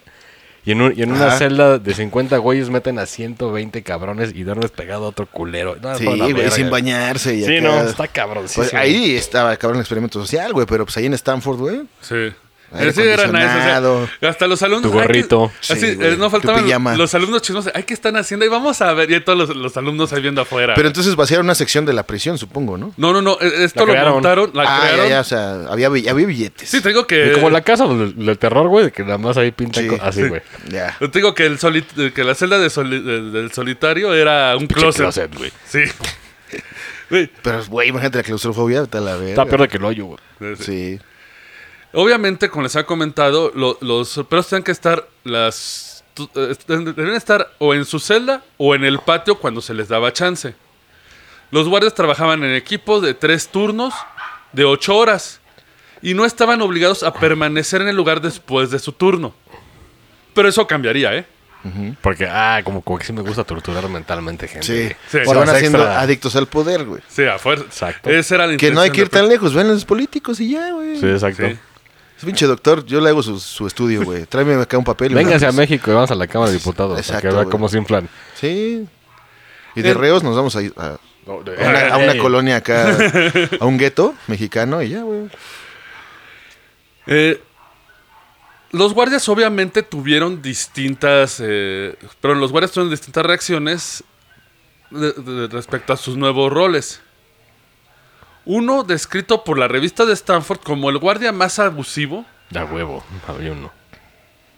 Speaker 3: Y en, un- y en una
Speaker 4: Ajá.
Speaker 3: celda de 50 güeyes meten a 120 cabrones y duermes pegado a otro culero. No,
Speaker 4: Sí,
Speaker 3: no, la
Speaker 4: güey,
Speaker 3: verga.
Speaker 4: sin bañarse. Y
Speaker 3: Sí,
Speaker 4: acá-
Speaker 3: no, está cabrón. sí,
Speaker 4: Pues
Speaker 3: sí, güey.
Speaker 4: ahí estaba, cabrón, el experimento social, güey, pero pues ahí en Stanford, güey.
Speaker 2: Sí.
Speaker 4: Aire
Speaker 2: Sí, era nice, o sea,
Speaker 4: acondicionado.
Speaker 2: hasta los alumnos.
Speaker 3: Tu gorrito.
Speaker 2: ay, que- así,
Speaker 4: Sí, güey,
Speaker 2: eh, no
Speaker 4: tu
Speaker 2: faltaban
Speaker 4: pijama.
Speaker 2: los alumnos chismosos. Ay, ¿qué están haciendo? Y vamos a ver. Y ahí todos los, los alumnos ahí viendo afuera.
Speaker 4: Pero entonces vaciaron una sección de la prisión, supongo, ¿no?
Speaker 2: no, no, no. eh, Esto
Speaker 3: La
Speaker 2: lo
Speaker 3: crearon.
Speaker 2: montaron. La
Speaker 4: ah,
Speaker 2: crearon.
Speaker 4: ya, ya, o sea, había, bi- había billetes.
Speaker 2: Sí, te digo que.
Speaker 3: Y como la casa del, del terror, güey, de que nada más ahí pintan
Speaker 4: Eh, Sí,
Speaker 3: co- así,
Speaker 2: sí.
Speaker 3: güey.
Speaker 4: Ya.
Speaker 2: Te digo que, el soli- eh, que la celda de soli- del- del solitario era un
Speaker 3: Pinche
Speaker 2: closet.
Speaker 3: closet, güey.
Speaker 2: Sí. Güey,
Speaker 4: Pero, güey, imagínate la claustrofobia, está la verga.
Speaker 3: Está peor de que el hoyo, güey.
Speaker 4: Sí.
Speaker 2: Obviamente, como les ha comentado, lo- los perros tienen que estar las tu- eh, deben estar o en su celda o en el patio cuando se les daba chance. Los guardias trabajaban en equipos de tres turnos de ocho horas y no estaban obligados a permanecer en el lugar después de su turno. Pero eso cambiaría, ¿eh?
Speaker 3: Porque, ah, como, como que sí me gusta torturar mentalmente gente.
Speaker 4: Sí.
Speaker 3: güey.
Speaker 2: Sí.
Speaker 4: Se
Speaker 2: Horas
Speaker 4: van haciendo
Speaker 3: extra.
Speaker 4: adictos al poder, güey.
Speaker 2: Sí, a fuerza.
Speaker 3: Exacto.
Speaker 2: Esa era la
Speaker 4: Que no hay
Speaker 2: intención
Speaker 4: que ir
Speaker 2: de-
Speaker 4: tan lejos, ven los políticos y ya, güey.
Speaker 3: Sí, exacto.
Speaker 2: Sí.
Speaker 4: Ese pinche doctor, yo le hago su, su estudio, güey. Tráeme acá un papel. y un
Speaker 3: Vénganse a
Speaker 4: lápiz.
Speaker 3: México y vamos a la Cámara de Diputados.
Speaker 4: Exacto,
Speaker 3: para que vea
Speaker 4: güey.
Speaker 3: cómo se inflan.
Speaker 4: Sí. Y de
Speaker 2: El-
Speaker 4: reos nos vamos a, ir a, a una, a
Speaker 3: Eh.
Speaker 4: una colonia acá, a un gueto mexicano y ya, güey.
Speaker 2: Eh, los guardias obviamente tuvieron distintas, eh, pero los guardias tuvieron distintas reacciones de- de- respecto a sus nuevos roles. Uno descrito por la revista de Stanford como el guardia más abusivo.
Speaker 3: Da huevo, había uno.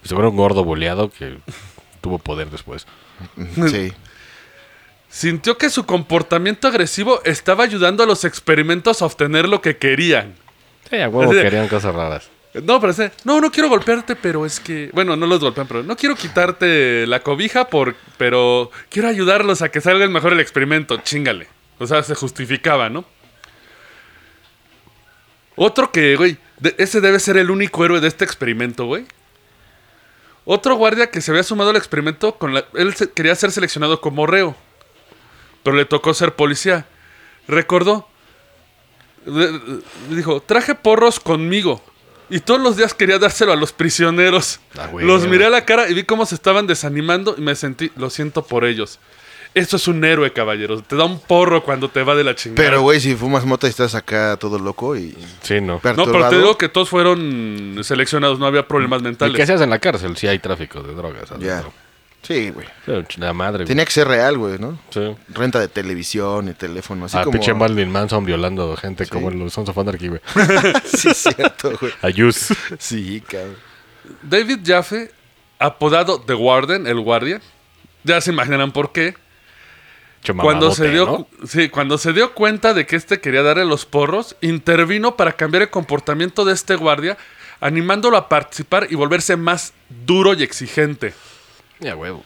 Speaker 3: Y Se fue un gordo boleado que tuvo poder después.
Speaker 4: Sí.
Speaker 2: Sintió que su comportamiento agresivo estaba ayudando a los experimentos a obtener lo que querían.
Speaker 3: Sí, Sí, a huevo querían cosas raras.
Speaker 2: No, pero sé, no, no quiero golpearte, pero es que, bueno, no los golpean, pero no quiero quitarte la cobija, por, pero quiero ayudarlos a que salga mejor el experimento, chingale. O sea, se justificaba, ¿no? Otro que, güey, de- ese debe ser el único héroe de este experimento, güey. Otro guardia que se había sumado al experimento, con la- él se- quería ser seleccionado como reo, pero le tocó ser policía. Recordó, le- le dijo, traje porros conmigo. Y todos los días quería dárselo a los prisioneros.
Speaker 3: Ah, güey.
Speaker 2: los miré a la cara y vi cómo se estaban desanimando y me sentí, lo siento por ellos. Eso es un héroe, caballeros. Te da un porro cuando te va de la chingada.
Speaker 4: Pero, güey, si fumas mota y estás acá todo loco y
Speaker 3: Sí, no.
Speaker 2: No,
Speaker 4: perturbado.
Speaker 2: pero te digo que todos fueron seleccionados, no había problemas
Speaker 3: ¿Y qué
Speaker 2: mentales.
Speaker 3: hacías en la cárcel? Si hay tráfico de drogas.
Speaker 4: Ya.
Speaker 3: adentro.
Speaker 4: Sí, güey.
Speaker 3: Pero ch- La madre, güey.
Speaker 4: Tenía que ser real, güey, ¿no?
Speaker 3: Sí.
Speaker 4: Renta de televisión y teléfono, así
Speaker 3: A
Speaker 4: como...
Speaker 3: Ah, pinche Marilyn Manson violando gente como en los Sons of Anarchy, güey.
Speaker 4: Sí, es cierto, güey.
Speaker 3: Ayus.
Speaker 4: Sí, cabrón.
Speaker 2: David Jaffe, apodado The Warden, el guardia, ya se imaginarán por qué.
Speaker 3: Che
Speaker 2: Cuando
Speaker 3: mamadote,
Speaker 2: se, dio,
Speaker 3: ¿no?
Speaker 2: sí, cuando se dio cuenta de que este quería darle los porros, intervino para cambiar el comportamiento de este guardia, animándolo a participar y volverse más duro y exigente.
Speaker 3: Ya, huevo.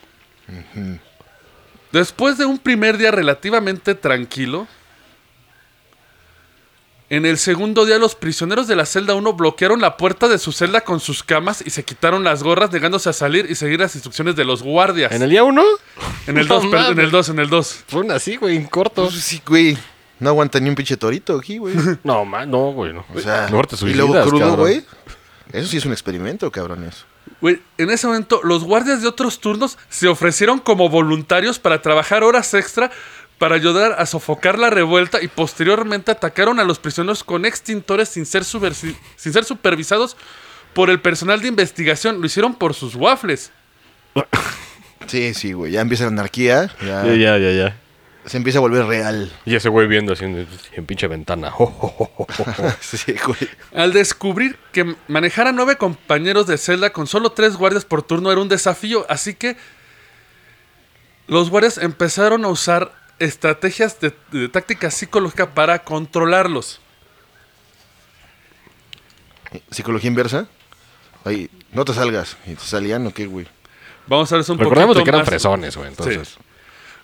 Speaker 2: Después de un primer día relativamente tranquilo, en el segundo día los prisioneros de la celda 1 bloquearon la puerta de su celda con sus camas y se quitaron las gorras negándose a salir y seguir las instrucciones de los guardias.
Speaker 3: ¿En el día uno?
Speaker 2: En el
Speaker 3: No
Speaker 2: 2,
Speaker 3: mames.
Speaker 2: en el 2, en el 2.
Speaker 3: Fue una así, güey, en corto.
Speaker 4: Pues sí, güey. No aguanta ni un pinche torito aquí, güey.
Speaker 3: No, man, no, güey, no.
Speaker 4: O sea,
Speaker 3: Mejor te
Speaker 4: y
Speaker 3: suicidas,
Speaker 4: luego crudo,
Speaker 3: cabrón.
Speaker 4: güey. Eso sí es un experimento, cabrones.
Speaker 2: Güey, en ese momento los guardias de otros turnos se ofrecieron como voluntarios para trabajar horas extra para ayudar a sofocar la revuelta y posteriormente atacaron a los prisioneros con extintores sin ser, subversi- sin ser supervisados por el personal de investigación. Lo hicieron por sus waffles.
Speaker 4: Sí, sí, güey. Ya empieza la anarquía. Ya,
Speaker 3: Ya, ya, ya, ya.
Speaker 4: Se empieza a volver real.
Speaker 3: Y ese güey viendo así en, en pinche ventana. Jo, jo, jo, jo, jo, jo.
Speaker 4: sí, güey.
Speaker 2: Al descubrir que manejar a nueve compañeros de celda con solo tres guardias por turno era un desafío, así que los guardias empezaron a usar estrategias de, de táctica psicológica para controlarlos.
Speaker 4: Psicología inversa. Ahí, no te salgas. ¿Y te salían o qué, güey?
Speaker 2: Vamos a ver eso un
Speaker 3: Recordemos de
Speaker 2: poquito
Speaker 3: que eran
Speaker 2: más.
Speaker 3: fresones, güey, entonces.
Speaker 2: Sí.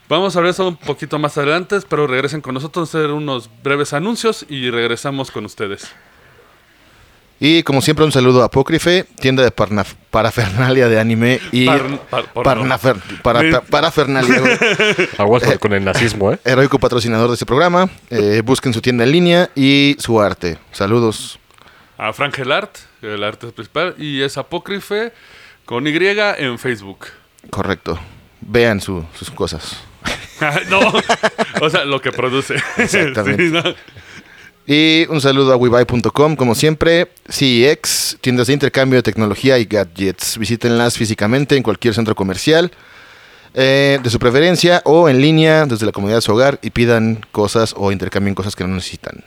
Speaker 2: Vamos a ver eso un poquito más adelante, pero regresen con nosotros a hacer unos breves anuncios y regresamos con ustedes.
Speaker 4: Y como siempre, un saludo a Apócrife, tienda de parnaf- parafernalia de anime y.
Speaker 2: Par- par- porno.
Speaker 4: parnafer- para-
Speaker 2: Me-
Speaker 4: parafernalia, güey.
Speaker 3: Aguas con- con el nazismo, ¿eh?
Speaker 4: Heroico patrocinador de este programa. Eh, busquen su tienda en línea y su arte. Saludos.
Speaker 2: A Frank el Art, el arte principal, y es apócrife con Y en Facebook.
Speaker 4: Correcto. Vean su- sus cosas.
Speaker 2: no, o sea, lo que produce.
Speaker 4: Exactamente.
Speaker 2: Sí, no.
Speaker 4: Y un saludo a webuy.com, como siempre, CEX, tiendas de intercambio de tecnología y gadgets. Visítenlas físicamente en cualquier centro comercial eh, de su preferencia o en línea desde la comunidad de su hogar y pidan cosas o intercambien cosas que no necesitan.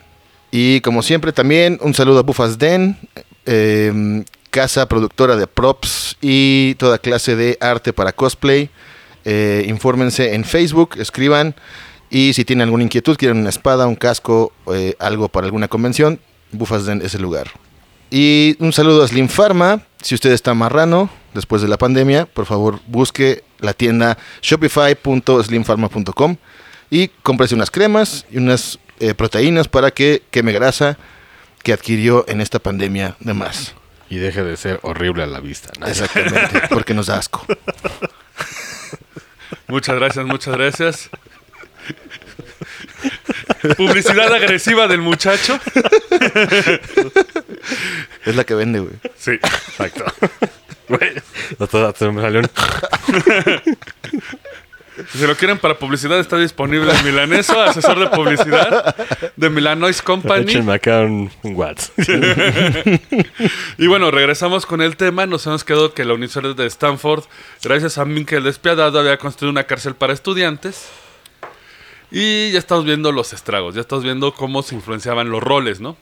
Speaker 4: Y como siempre también un saludo a Bufas Den, eh, casa productora de props y toda clase de arte para cosplay. Eh, infórmense en Facebook, escriban y si tienen alguna inquietud, quieren una espada, un casco, eh, algo para alguna convención, Bufas Den es el lugar. Y un saludo a Slim Pharma. Si usted está marrano después de la pandemia, por favor busque la tienda shopify.slimpharma.com y cómprese unas cremas y unas eh, proteínas para que queme grasa que adquirió en esta pandemia de más.
Speaker 3: Y deje de ser horrible a la vista. ¿no?
Speaker 4: Exactamente, porque nos da asco.
Speaker 2: Muchas gracias, muchas gracias. Publicidad agresiva del muchacho.
Speaker 4: Es la que vende, güey.
Speaker 2: Sí,
Speaker 3: Exacto. Güey, hasta- hasta me salió un-
Speaker 2: si se lo quieren para publicidad, está disponible en Milaneso, asesor de publicidad de Milanois Company.
Speaker 3: Échenme acá un, un Watts.
Speaker 2: Y bueno, regresamos con el tema. Nos hemos quedado que la Universidad de Stanford, gracias a Minkel Despiadado, había construido una cárcel para estudiantes. Y ya estamos viendo los estragos, ya estamos viendo cómo se influenciaban los roles, ¿no?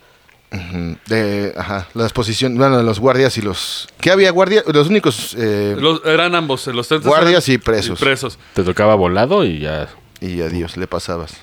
Speaker 4: Ujú. De, ajá, las posiciones, bueno, los guardias y los... ¿Qué había guardias? Los únicos... eh,
Speaker 2: Los- eran ambos, los estudiantes
Speaker 4: Guardias
Speaker 2: eran-
Speaker 4: y presos.
Speaker 2: presos.
Speaker 3: Te tocaba volado y ya.
Speaker 4: Y adiós, le pasabas.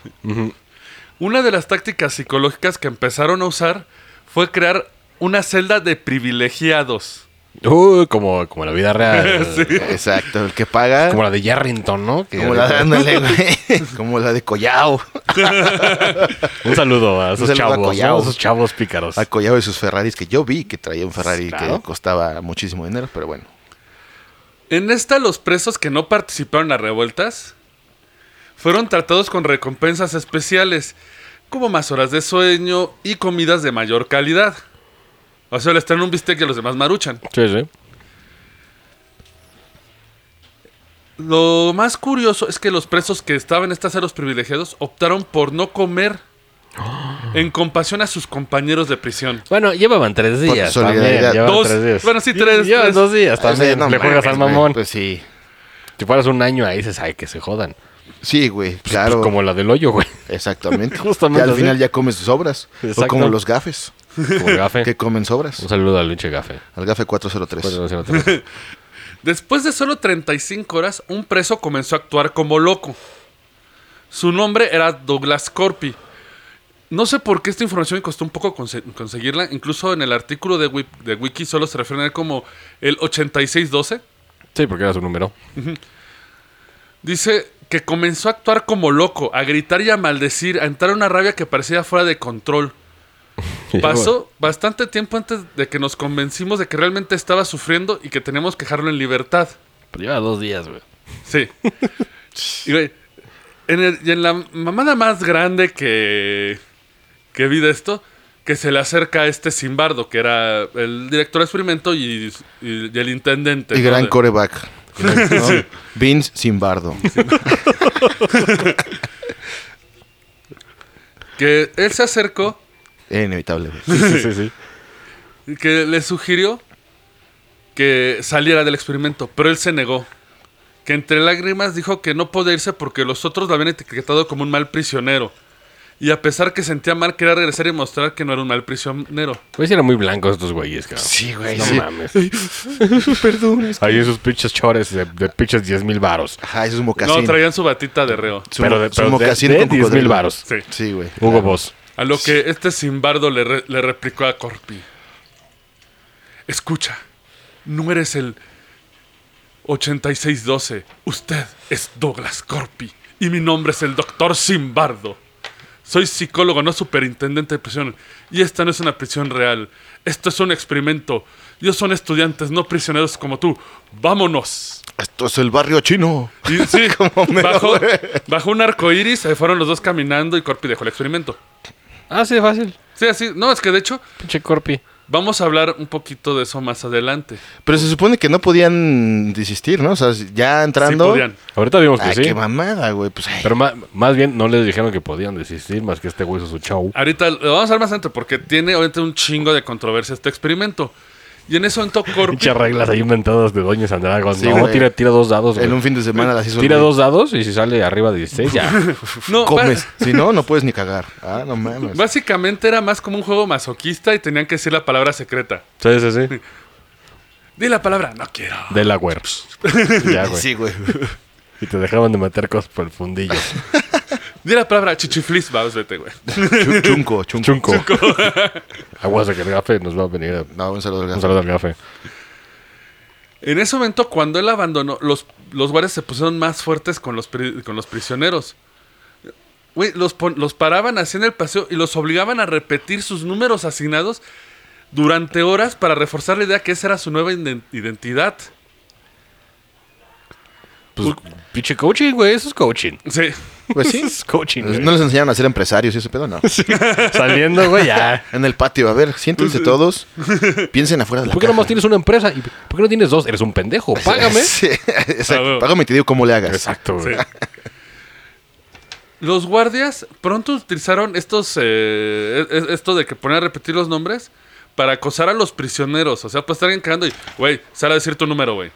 Speaker 2: Una de las tácticas psicológicas que empezaron a usar fue crear una celda de privilegiados.
Speaker 3: Uy, como, como la vida real.
Speaker 4: Exacto, el que paga.
Speaker 3: Como la de Yarrington, ¿no? Que-
Speaker 4: Como la de ándale, güey. Como la de Collao.
Speaker 3: Un saludo a esos
Speaker 4: saludo a
Speaker 3: chavos, ¿no?
Speaker 4: Collao.
Speaker 3: a esos chavos pícaros.
Speaker 4: A Collao y sus Ferraris, que yo vi que traía un Ferrari
Speaker 3: Pues, Claro.
Speaker 4: que costaba muchísimo dinero, pero bueno.
Speaker 2: En esta, los presos que no participaron en las revueltas fueron tratados con recompensas especiales, como más horas de sueño y comidas de mayor calidad. O sea, les traen un bistec que los demás maruchan.
Speaker 3: Sí, sí.
Speaker 2: Lo más curioso es que los presos que estaban en estas ceros privilegiados optaron por no comer en compasión a sus compañeros de prisión.
Speaker 3: Bueno, llevaban tres días.
Speaker 4: solidaridad.
Speaker 3: También, llevaban
Speaker 2: Dos.
Speaker 3: tres días.
Speaker 2: Bueno, sí, tres,
Speaker 3: Llevan
Speaker 2: tres.
Speaker 3: dos días
Speaker 4: O sea,
Speaker 3: también.
Speaker 4: no
Speaker 3: Le juegas
Speaker 4: mames,
Speaker 3: al
Speaker 4: güey,
Speaker 3: mamón.
Speaker 4: Pues sí.
Speaker 3: Si fueras un año ahí, dices, ay, que se jodan.
Speaker 4: Sí, güey,
Speaker 3: Pues,
Speaker 4: claro.
Speaker 3: pues, como la del hoyo, güey.
Speaker 4: Exactamente.
Speaker 3: Justamente
Speaker 4: Ya al
Speaker 3: así.
Speaker 4: final ya comes sus obras. O
Speaker 3: Exacto.
Speaker 4: como los gafes,
Speaker 3: Como el gafe.
Speaker 4: que Pues. comen sobras.
Speaker 3: Un saludo al Luche Gafe.
Speaker 4: Al gafe 403.
Speaker 3: Bueno, no sé, no te lo-
Speaker 2: Después de solo 35 horas, un preso comenzó a actuar como loco. Su nombre era Douglas Corpi. No sé por qué esta información me costó un poco conse- conseguirla. Incluso en el artículo de, Wi- de Wiki solo se refiere a él como el 8612.
Speaker 3: Sí, porque era su número.
Speaker 2: Dice que comenzó a actuar como loco, a gritar y a maldecir, a entrar en una rabia que parecía fuera de control. Pasó bastante tiempo antes de que nos convencimos de que realmente estaba sufriendo y que teníamos que dejarlo en libertad.
Speaker 3: Pero lleva dos días, güey.
Speaker 2: Sí. y, güey, en el- y en la mamada más grande que, que vi de esto, que se le acerca a este Simbardo, que era el director de experimento y, y- y el intendente.
Speaker 4: y
Speaker 2: ¿no?
Speaker 4: gran
Speaker 2: De-
Speaker 4: coreback. Vince Zimbardo.
Speaker 2: Que él se acercó
Speaker 4: Era Eh, inevitable, güey.
Speaker 3: Sí, sí, sí.
Speaker 2: y que le sugirió que saliera del experimento, pero él se negó. Que entre lágrimas dijo que no podía irse porque los otros lo habían etiquetado como un mal prisionero. Y a pesar que sentía mal, quería regresar y mostrar que no era un mal prisionero.
Speaker 3: Güey, sí eran muy blancos estos güeyes, cabrón.
Speaker 4: Sí, güey,
Speaker 3: No
Speaker 4: sí.
Speaker 3: mames. Ahí esos pinches chores de, de pinches 10 mil varos.
Speaker 4: Ajá, ese es un mocasín.
Speaker 2: No, traían su batita de reo.
Speaker 4: Su-
Speaker 3: Pero de,
Speaker 4: su
Speaker 3: pero de-
Speaker 4: mocasín
Speaker 3: de
Speaker 4: con
Speaker 3: 10 mil
Speaker 4: cocodrilo.
Speaker 3: varos.
Speaker 2: Sí.
Speaker 4: Sí, güey.
Speaker 3: Hugo Boss.
Speaker 2: A lo que este Simbardo le, re- le replicó a Corpi. Escucha, no eres el 8612. Usted es Douglas Corpi. Y mi nombre es el doctor Simbardo. Soy psicólogo, no superintendente de prisión. Y esta no es una prisión real. Esto es un experimento. Yo son estudiantes, no prisioneros como tú. ¡Vámonos!
Speaker 4: Esto es el barrio chino.
Speaker 2: Y sí,
Speaker 4: Como me lo
Speaker 2: bajó,
Speaker 4: ve.
Speaker 2: bajó un arco iris, se fueron los dos caminando y Corpi dejó el experimento.
Speaker 3: Ah, sí, fácil.
Speaker 2: Sí, así. No, es que de hecho,
Speaker 3: Pinche Corpi.
Speaker 2: vamos a hablar un poquito de eso más adelante.
Speaker 4: Pero se supone que no podían desistir, ¿no? O sea, ya entrando.
Speaker 2: Sí podían.
Speaker 3: Ahorita vimos que
Speaker 4: Ay,
Speaker 3: sí.
Speaker 4: qué mamada, güey. Pues, ay.
Speaker 3: Pero ma- más, bien no les dijeron que podían desistir más que este güey hizo su show.
Speaker 2: Ahorita lo vamos a hablar más adelante porque tiene ahorita un chingo de controversia este experimento. Y en eso entró Corpi.
Speaker 3: Pinches reglas ahí inventadas de Doña Sandragón.
Speaker 4: Sí,
Speaker 3: no,
Speaker 4: güey.
Speaker 3: tira, tira dos dados, güey.
Speaker 4: en un fin de semana las hizo. el
Speaker 3: Tira
Speaker 4: güey.
Speaker 3: dos dados y si sale arriba de 16 ya.
Speaker 2: No, ba-
Speaker 4: Comes. si no, no puedes ni cagar. Ah, no mames.
Speaker 2: básicamente era más como un juego masoquista y tenían que decir la palabra secreta.
Speaker 3: sí, sí, sí.
Speaker 2: Di la palabra, no quiero.
Speaker 3: Delaware. ya, güey.
Speaker 4: Sí, Ah, güey.
Speaker 3: Y te dejaban de meter cosas por el fundillo.
Speaker 2: Di la palabra chichiflis, vamos, vete, güey.
Speaker 4: Chu- Chunco, chunco.
Speaker 3: Chunco. Aguas de que el gafe nos va a venir. a-
Speaker 4: No, un saludo al gato.
Speaker 3: Un saludo al gafe.
Speaker 2: En ese momento, cuando él abandonó, los, los guardias se pusieron más fuertes con los, pri- con los prisioneros. Güey, los, pon- los paraban así en el paseo y los obligaban a repetir sus números asignados durante horas para reforzar la idea que esa era su nueva inden- identidad.
Speaker 3: Pues, pinche coaching, güey. Eso es coaching.
Speaker 2: Sí.
Speaker 4: Pues sí.
Speaker 3: Es coaching. güey.
Speaker 4: No les enseñaron a ser empresarios y ese pedo, no.
Speaker 3: Saliendo, güey, ya.
Speaker 4: En el patio, a ver, siéntense todos. Piensen afuera de la
Speaker 3: ¿Por qué
Speaker 4: caja.
Speaker 3: nomás tienes una empresa? ¿Y ¿Por qué no tienes dos? Eres un pendejo. Págame.
Speaker 4: Sí, exacto.
Speaker 2: Ah, bueno.
Speaker 4: Págame y te digo cómo le hagas.
Speaker 3: Exacto,
Speaker 2: sí.
Speaker 3: güey.
Speaker 2: Los guardias pronto utilizaron estos, eh, e- e- esto de que ponían a repetir los nombres para acosar a los prisioneros. O sea, pues estarían cagando y, güey, sale a decir tu número, güey.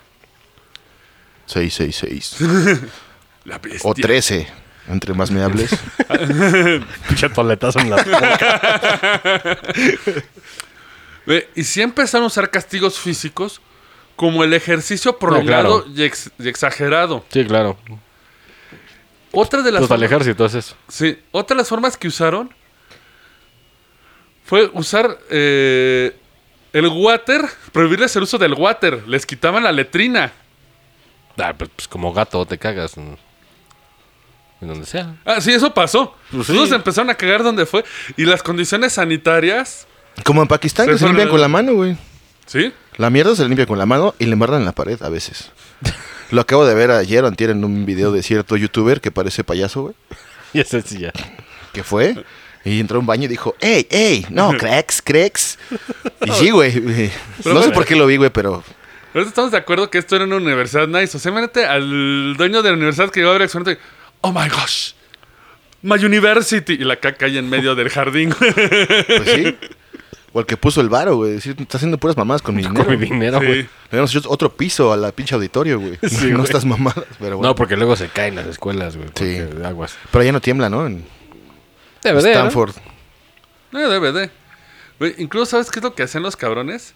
Speaker 4: 666.
Speaker 2: La bestia.
Speaker 4: O 13. Entre más me hables.
Speaker 3: Pinche toletazo en la.
Speaker 2: Ve, Y sí empezaron a usar castigos físicos como el ejercicio prolongado
Speaker 3: claro.
Speaker 2: y, ex- y exagerado.
Speaker 3: Sí, claro.
Speaker 2: Otra de las
Speaker 3: Pues al
Speaker 2: formas,
Speaker 3: ejército es eso.
Speaker 2: sí, otra de las formas que usaron fue usar eh, el water, prohibirles el uso del water. Les quitaban la letrina.
Speaker 3: Ah, pues, pues, como gato te cagas. En, en donde sea.
Speaker 2: Ah, sí, eso pasó.
Speaker 3: Pues sí.
Speaker 2: Todos empezaron a cagar donde fue. Y las condiciones sanitarias,
Speaker 4: Como en Pakistán,
Speaker 2: Sí,
Speaker 4: que se
Speaker 2: son-
Speaker 4: limpian con la mano, güey.
Speaker 2: ¿sí?
Speaker 4: La mierda se limpia con la mano y le embarran en la pared a veces. Lo acabo de ver ayer o antier en un video de cierto youtuber que parece payaso, güey.
Speaker 3: Y eso sí ya.
Speaker 4: que fue y entró a un baño y dijo, ¡Ey, ey! No, cracks, cracks. Y sí, güey. eh, No sé
Speaker 2: bueno.
Speaker 4: por qué lo vi, güey, pero
Speaker 2: Ahorita estamos de acuerdo que esto era una universidad nice. O sea, imagínate al dueño de la universidad que iba a ver el exponente. Oh my gosh. My university. Y la caca ahí en medio del jardín.
Speaker 4: pues sí. O el que puso el varo, güey. Decir, está haciendo puras mamadas con mi dinero.
Speaker 3: Con mi
Speaker 4: Le
Speaker 3: dinero,
Speaker 2: Sí.
Speaker 3: güey.
Speaker 4: habíamos hecho otro piso a la pinche auditorio, güey.
Speaker 3: Sí,
Speaker 4: no
Speaker 3: güey.
Speaker 4: estas mamadas, pero bueno.
Speaker 3: No, porque luego se caen las escuelas, güey.
Speaker 4: Sí.
Speaker 3: porque Aguas.
Speaker 4: Pero ya no tiembla, ¿no? En
Speaker 3: Debe de, ¿no?
Speaker 4: Stanford.
Speaker 2: No, debe de. Güey, incluso, ¿sabes qué es lo que hacían los cabrones?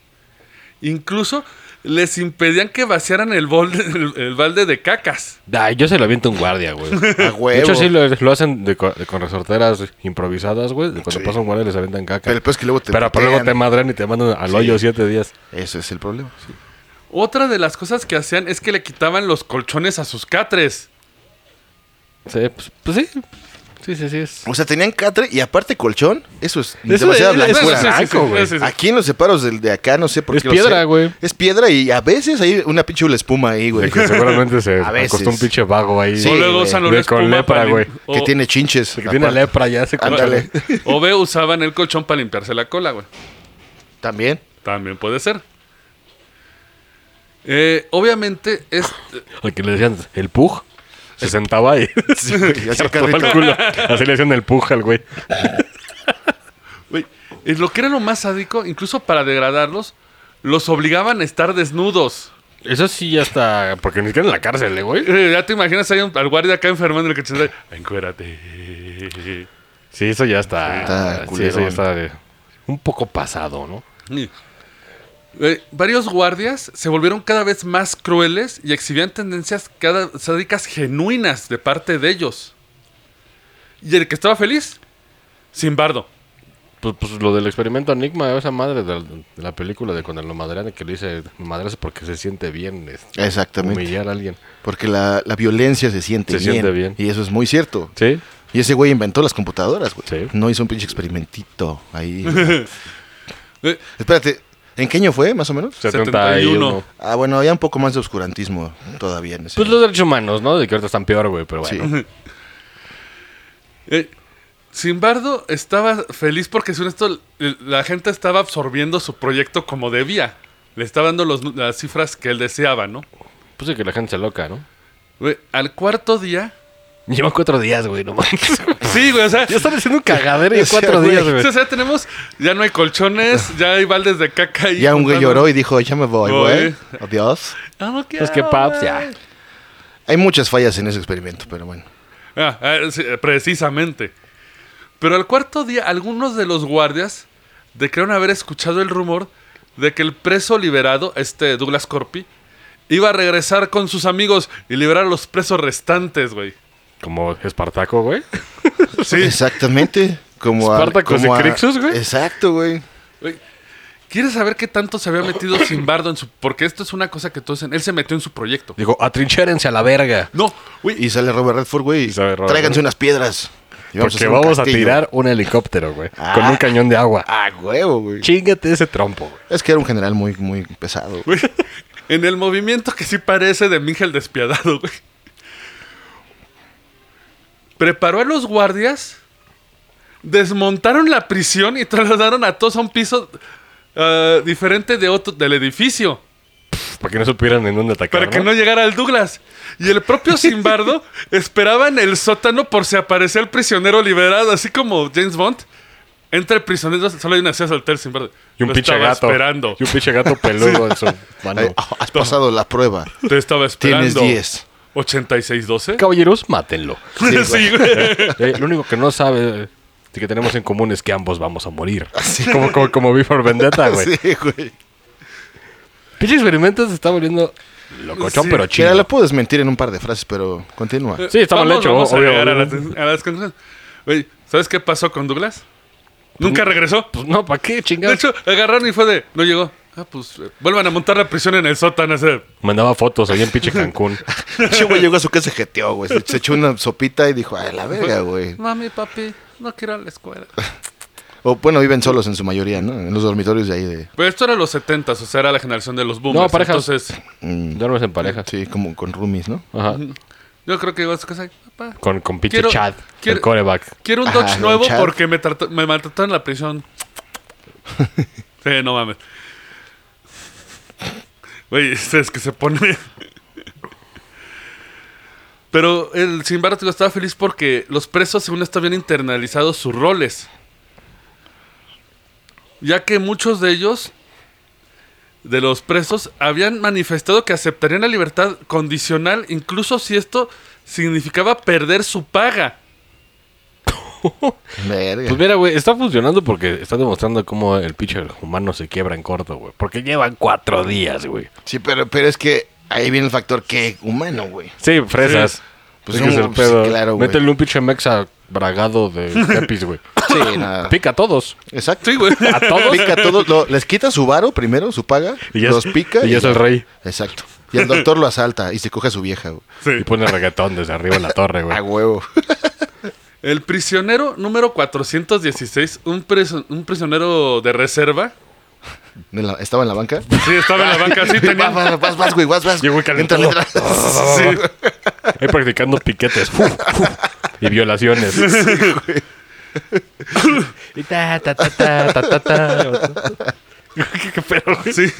Speaker 2: Incluso les impedían que vaciaran el, bol- el, el balde de cacas.
Speaker 3: Ay, Ah, yo se lo aviento a un guardia, güey.
Speaker 4: A
Speaker 3: De
Speaker 4: huevo.
Speaker 3: hecho, sí lo, lo hacen de co- de con resorteras improvisadas, güey. de Cuando
Speaker 4: Sí.
Speaker 3: pasa un guardia les aventan caca.
Speaker 4: Pero el peor es que luego te
Speaker 3: Pero, pero luego te
Speaker 4: putean.
Speaker 3: madran y te mandan al hoyo siete días.
Speaker 4: Eso es el problema. sí.
Speaker 2: Otra de las cosas que hacían es que le quitaban los colchones a sus catres.
Speaker 3: Sí, pues, pues sí. Sí, sí, sí. Es.
Speaker 4: O sea, tenían catre y aparte colchón. Eso es
Speaker 3: Eso
Speaker 4: demasiada
Speaker 3: es- eso
Speaker 4: blancura.
Speaker 3: es- blanco, güey.
Speaker 2: sí, sí.
Speaker 4: Aquí en los separos del de acá, no sé por
Speaker 3: Es
Speaker 4: qué. lo sé.
Speaker 3: piedra, güey.
Speaker 4: Es piedra y a veces hay una pinche espuma ahí, güey.
Speaker 3: Que seguramente se
Speaker 4: A veces.
Speaker 3: acostó un pinche vago ahí.
Speaker 4: Sí,
Speaker 2: o luego
Speaker 4: güey.
Speaker 2: usan
Speaker 3: Ve
Speaker 2: una
Speaker 3: con
Speaker 2: espuma
Speaker 3: lepra,
Speaker 2: para lim-
Speaker 3: güey.
Speaker 2: o-
Speaker 4: Que tiene chinches.
Speaker 3: Que tiene
Speaker 4: aparte.
Speaker 3: lepra ya. Se
Speaker 4: Ándale.
Speaker 2: O B, usaban el colchón para limpiarse la cola, güey.
Speaker 4: También.
Speaker 2: También puede ser. Eh, obviamente, es,
Speaker 3: Al que le decían el pug. Se sentaba ahí.
Speaker 4: Y así
Speaker 3: se
Speaker 4: carrito.
Speaker 3: raspaba el culo. Así le decían el pug al güey.
Speaker 2: güey, es lo que era lo más sádico, incluso para degradarlos, los obligaban a estar desnudos.
Speaker 3: Eso sí ya está. Porque ni siquiera en la cárcel, eh, güey.
Speaker 2: Eh, ya te imaginas hay un, al guardia acá enfermando en el cachete. Encuérate.
Speaker 3: Sí, eso ya está.
Speaker 4: Está
Speaker 3: sí, eso
Speaker 4: culerón.
Speaker 3: ya está de- un poco pasado, ¿no?
Speaker 2: Eh, varios guardias se volvieron cada vez más crueles y exhibían tendencias cada, sádicas genuinas de parte de ellos. Y el que estaba feliz, Simbardo.
Speaker 3: Pues, pues lo del experimento Enigma, esa madre de, de la película de cuando lo madrean, que lo dice madreas porque se siente bien este,
Speaker 4: Exactamente.
Speaker 3: humillar a alguien.
Speaker 4: Porque la, la violencia se siente
Speaker 3: Se
Speaker 4: bien.
Speaker 3: siente bien.
Speaker 4: Y eso es muy cierto.
Speaker 3: Sí.
Speaker 4: Y ese güey inventó las computadoras, güey.
Speaker 3: Sí.
Speaker 4: No hizo un pinche experimentito ahí.
Speaker 2: Eh,
Speaker 4: Espérate, ¿en qué año fue, más o menos?
Speaker 2: 71.
Speaker 4: Ah, bueno, había un poco más de oscurantismo todavía en ese.
Speaker 3: Pues los derechos humanos, ¿no? De que ahorita están peor, güey, pero
Speaker 4: Sí.
Speaker 3: bueno.
Speaker 2: Eh, Simbardo estaba feliz porque, según esto, l- la gente estaba absorbiendo su proyecto como debía. Le estaba dando los nu- las cifras que él deseaba, ¿no?
Speaker 3: Pues sí que la gente se loca, ¿no?
Speaker 2: Güey, al cuarto día.
Speaker 3: Llevan cuatro días, güey, no manches.
Speaker 2: Sí, güey, o sea.
Speaker 3: ya están haciendo un cagadero
Speaker 4: O
Speaker 3: en
Speaker 4: sea,
Speaker 3: cuatro
Speaker 4: güey,
Speaker 3: días,
Speaker 2: o
Speaker 3: güey.
Speaker 2: sea, ya tenemos. Ya no hay colchones, ya hay baldes de caca ahí.
Speaker 4: Ya un güey
Speaker 2: juntando.
Speaker 4: lloró y dijo, ya me voy,
Speaker 2: Voy.
Speaker 4: güey. Adiós.
Speaker 2: Ah, No, no quiero.
Speaker 3: Pues que paps, ya.
Speaker 2: güey.
Speaker 4: Hay muchas fallas en ese experimento, pero bueno.
Speaker 2: Ah, ah, sí, precisamente. Pero al cuarto día, algunos de los guardias declararon haber escuchado el rumor de que el preso liberado, este Douglas Corpi, iba a regresar con sus amigos y liberar a los presos restantes, güey.
Speaker 3: Como Espartaco, güey.
Speaker 2: Sí.
Speaker 4: Exactamente. Como a,
Speaker 3: Spartacus
Speaker 4: como
Speaker 3: y
Speaker 4: a-
Speaker 3: Crixus, güey.
Speaker 4: Exacto, güey.
Speaker 2: Güey, ¿Quieres saber qué tanto se había metido Simbardo en su...? Porque esto es una cosa que todos... Él se metió en su proyecto.
Speaker 3: Digo, atrincherense a la verga.
Speaker 2: No, güey.
Speaker 4: Y sale Robert Redford, güey.
Speaker 3: Y sale Robert
Speaker 4: Tráiganse
Speaker 3: Redford.
Speaker 4: unas piedras. Y
Speaker 3: Porque
Speaker 4: hacer pues un
Speaker 3: vamos a
Speaker 4: castillo.
Speaker 3: tirar un helicóptero, güey.
Speaker 4: Ah.
Speaker 3: Con un cañón de agua.
Speaker 4: Ah, huevo, güey.
Speaker 3: Chingate ese trompo, güey.
Speaker 4: Es que era un general muy, muy pesado.
Speaker 2: Güey, en el movimiento que sí parece de Miguel Despiadado, güey. Preparó a los guardias, desmontaron la prisión y trasladaron a todos a un piso eh, diferente de otro, del edificio.
Speaker 3: Para que no supieran en dónde atacar.
Speaker 2: Para que no llegara el Douglas. Y el propio Simbardo esperaba en el sótano por si aparecía el prisionero liberado, así como James Bond. Entre prisioneros solo hay una ciudad soltera Simbardo.
Speaker 3: Y un
Speaker 2: Lo
Speaker 3: pinche
Speaker 2: estaba
Speaker 3: gato.
Speaker 2: esperando.
Speaker 3: Y un pinche gato peludo en su mano.
Speaker 4: Ay, ah, has pasado la prueba.
Speaker 2: Te estaba
Speaker 4: Tienes
Speaker 2: esperando.
Speaker 4: 10.
Speaker 2: 8612.
Speaker 3: Caballeros, mátenlo.
Speaker 2: Sí, güey.
Speaker 3: Eh, lo único que no sabe eh, que tenemos en común es que ambos vamos a morir.
Speaker 2: Ah,
Speaker 4: Sí.
Speaker 3: Como, como, como V for Vendetta, güey.
Speaker 4: Sí, güey.
Speaker 3: Pinche experimento se está volviendo locochón,
Speaker 2: Sí.
Speaker 3: pero
Speaker 4: Mira,
Speaker 3: chido.
Speaker 4: lo puedes mentir en un par de frases, pero continúa.
Speaker 3: Sí, está mal
Speaker 2: Vamos-
Speaker 3: hecho,
Speaker 2: vamos a
Speaker 3: obvio,
Speaker 2: llegar a
Speaker 3: obvio.
Speaker 2: las- a las conclusiones. Oye, ¿sabes qué pasó con Douglas? Nunca regresó.
Speaker 3: Pues no, ¿para qué,
Speaker 2: De
Speaker 3: chingados?
Speaker 2: hecho, agarraron y fue de. No llegó. Ah, pues eh, vuelvan a montar la prisión en el sótano. Ese.
Speaker 3: Mandaba fotos ahí en pinche Cancún.
Speaker 4: Ese güey llegó a su casa y se jeteó, güey. Se, se echó una sopita y dijo, ay, la verga, güey.
Speaker 2: Mami, papi, no quiero ir a la escuela.
Speaker 4: O bueno, viven solos en su mayoría, ¿no? En los dormitorios de ahí de.
Speaker 2: Pero esto era los 70 o sea, era la generación de los boomers.
Speaker 3: No, parejas.
Speaker 2: Entonces,
Speaker 3: Duermes en pareja.
Speaker 4: Sí, como con roomies, ¿no?
Speaker 3: Ajá.
Speaker 2: yo creo que iba a su casa. y, Papá,
Speaker 3: Con, con pinche
Speaker 2: Quiero-
Speaker 3: Chad,
Speaker 2: quiero- Eh.
Speaker 3: el coreback.
Speaker 2: quiero un
Speaker 4: Ajá,
Speaker 2: Dodge
Speaker 4: don
Speaker 2: nuevo
Speaker 4: Chad.
Speaker 2: porque me, trató- me maltrataron en la prisión. sí, no mames. Güey, este es que se pone. Pero el sin embargo, te digo, estaba feliz porque los presos, según esto, habían internalizado sus roles. Ya que muchos de ellos, de los presos, habían manifestado que aceptarían la libertad condicional, incluso si esto significaba perder su paga.
Speaker 4: Verga.
Speaker 3: Pues mira, güey, está funcionando porque está demostrando cómo el pinche humano se quiebra en corto, güey. Porque llevan cuatro días, güey.
Speaker 4: Sí, pero, pero es que ahí viene el factor que humano, güey.
Speaker 3: Sí, fresas.
Speaker 2: Sí.
Speaker 3: Pues
Speaker 4: Pues
Speaker 3: es que es
Speaker 4: no,
Speaker 3: el
Speaker 4: pues sí,
Speaker 3: pedo.
Speaker 4: claro, güey.
Speaker 3: Métele un pinche mexa bragado de Pepis, güey.
Speaker 4: Sí, nada.
Speaker 3: Pica a todos.
Speaker 4: Exacto.
Speaker 2: Sí, güey.
Speaker 3: A todos.
Speaker 4: Pica a todos, lo- les quita su varo primero, su paga,
Speaker 3: Y ya
Speaker 4: los
Speaker 3: es-
Speaker 4: pica
Speaker 3: y ya es el rey.
Speaker 4: Exacto. Y el doctor lo asalta y se coge a su vieja, güey.
Speaker 3: Y pone reggaetón desde arriba en la torre, güey.
Speaker 4: A huevo.
Speaker 2: El prisionero número 416, un, preso- un prisionero de reserva.
Speaker 4: En la- Estaba en la banca.
Speaker 2: Sí, estaba en la banca, sí,
Speaker 4: Vas,
Speaker 2: tenía.
Speaker 4: vas, vas, vas, güey, vas, vas.
Speaker 3: Yo voy calentando.
Speaker 4: Entra, entra.
Speaker 2: Sí.
Speaker 3: Ahí practicando piquetes. Uf, uf. y violaciones. Y ta, ta, ta, ta, ta, ta, ta. ¿Qué, qué pedo, güey?
Speaker 2: Sí.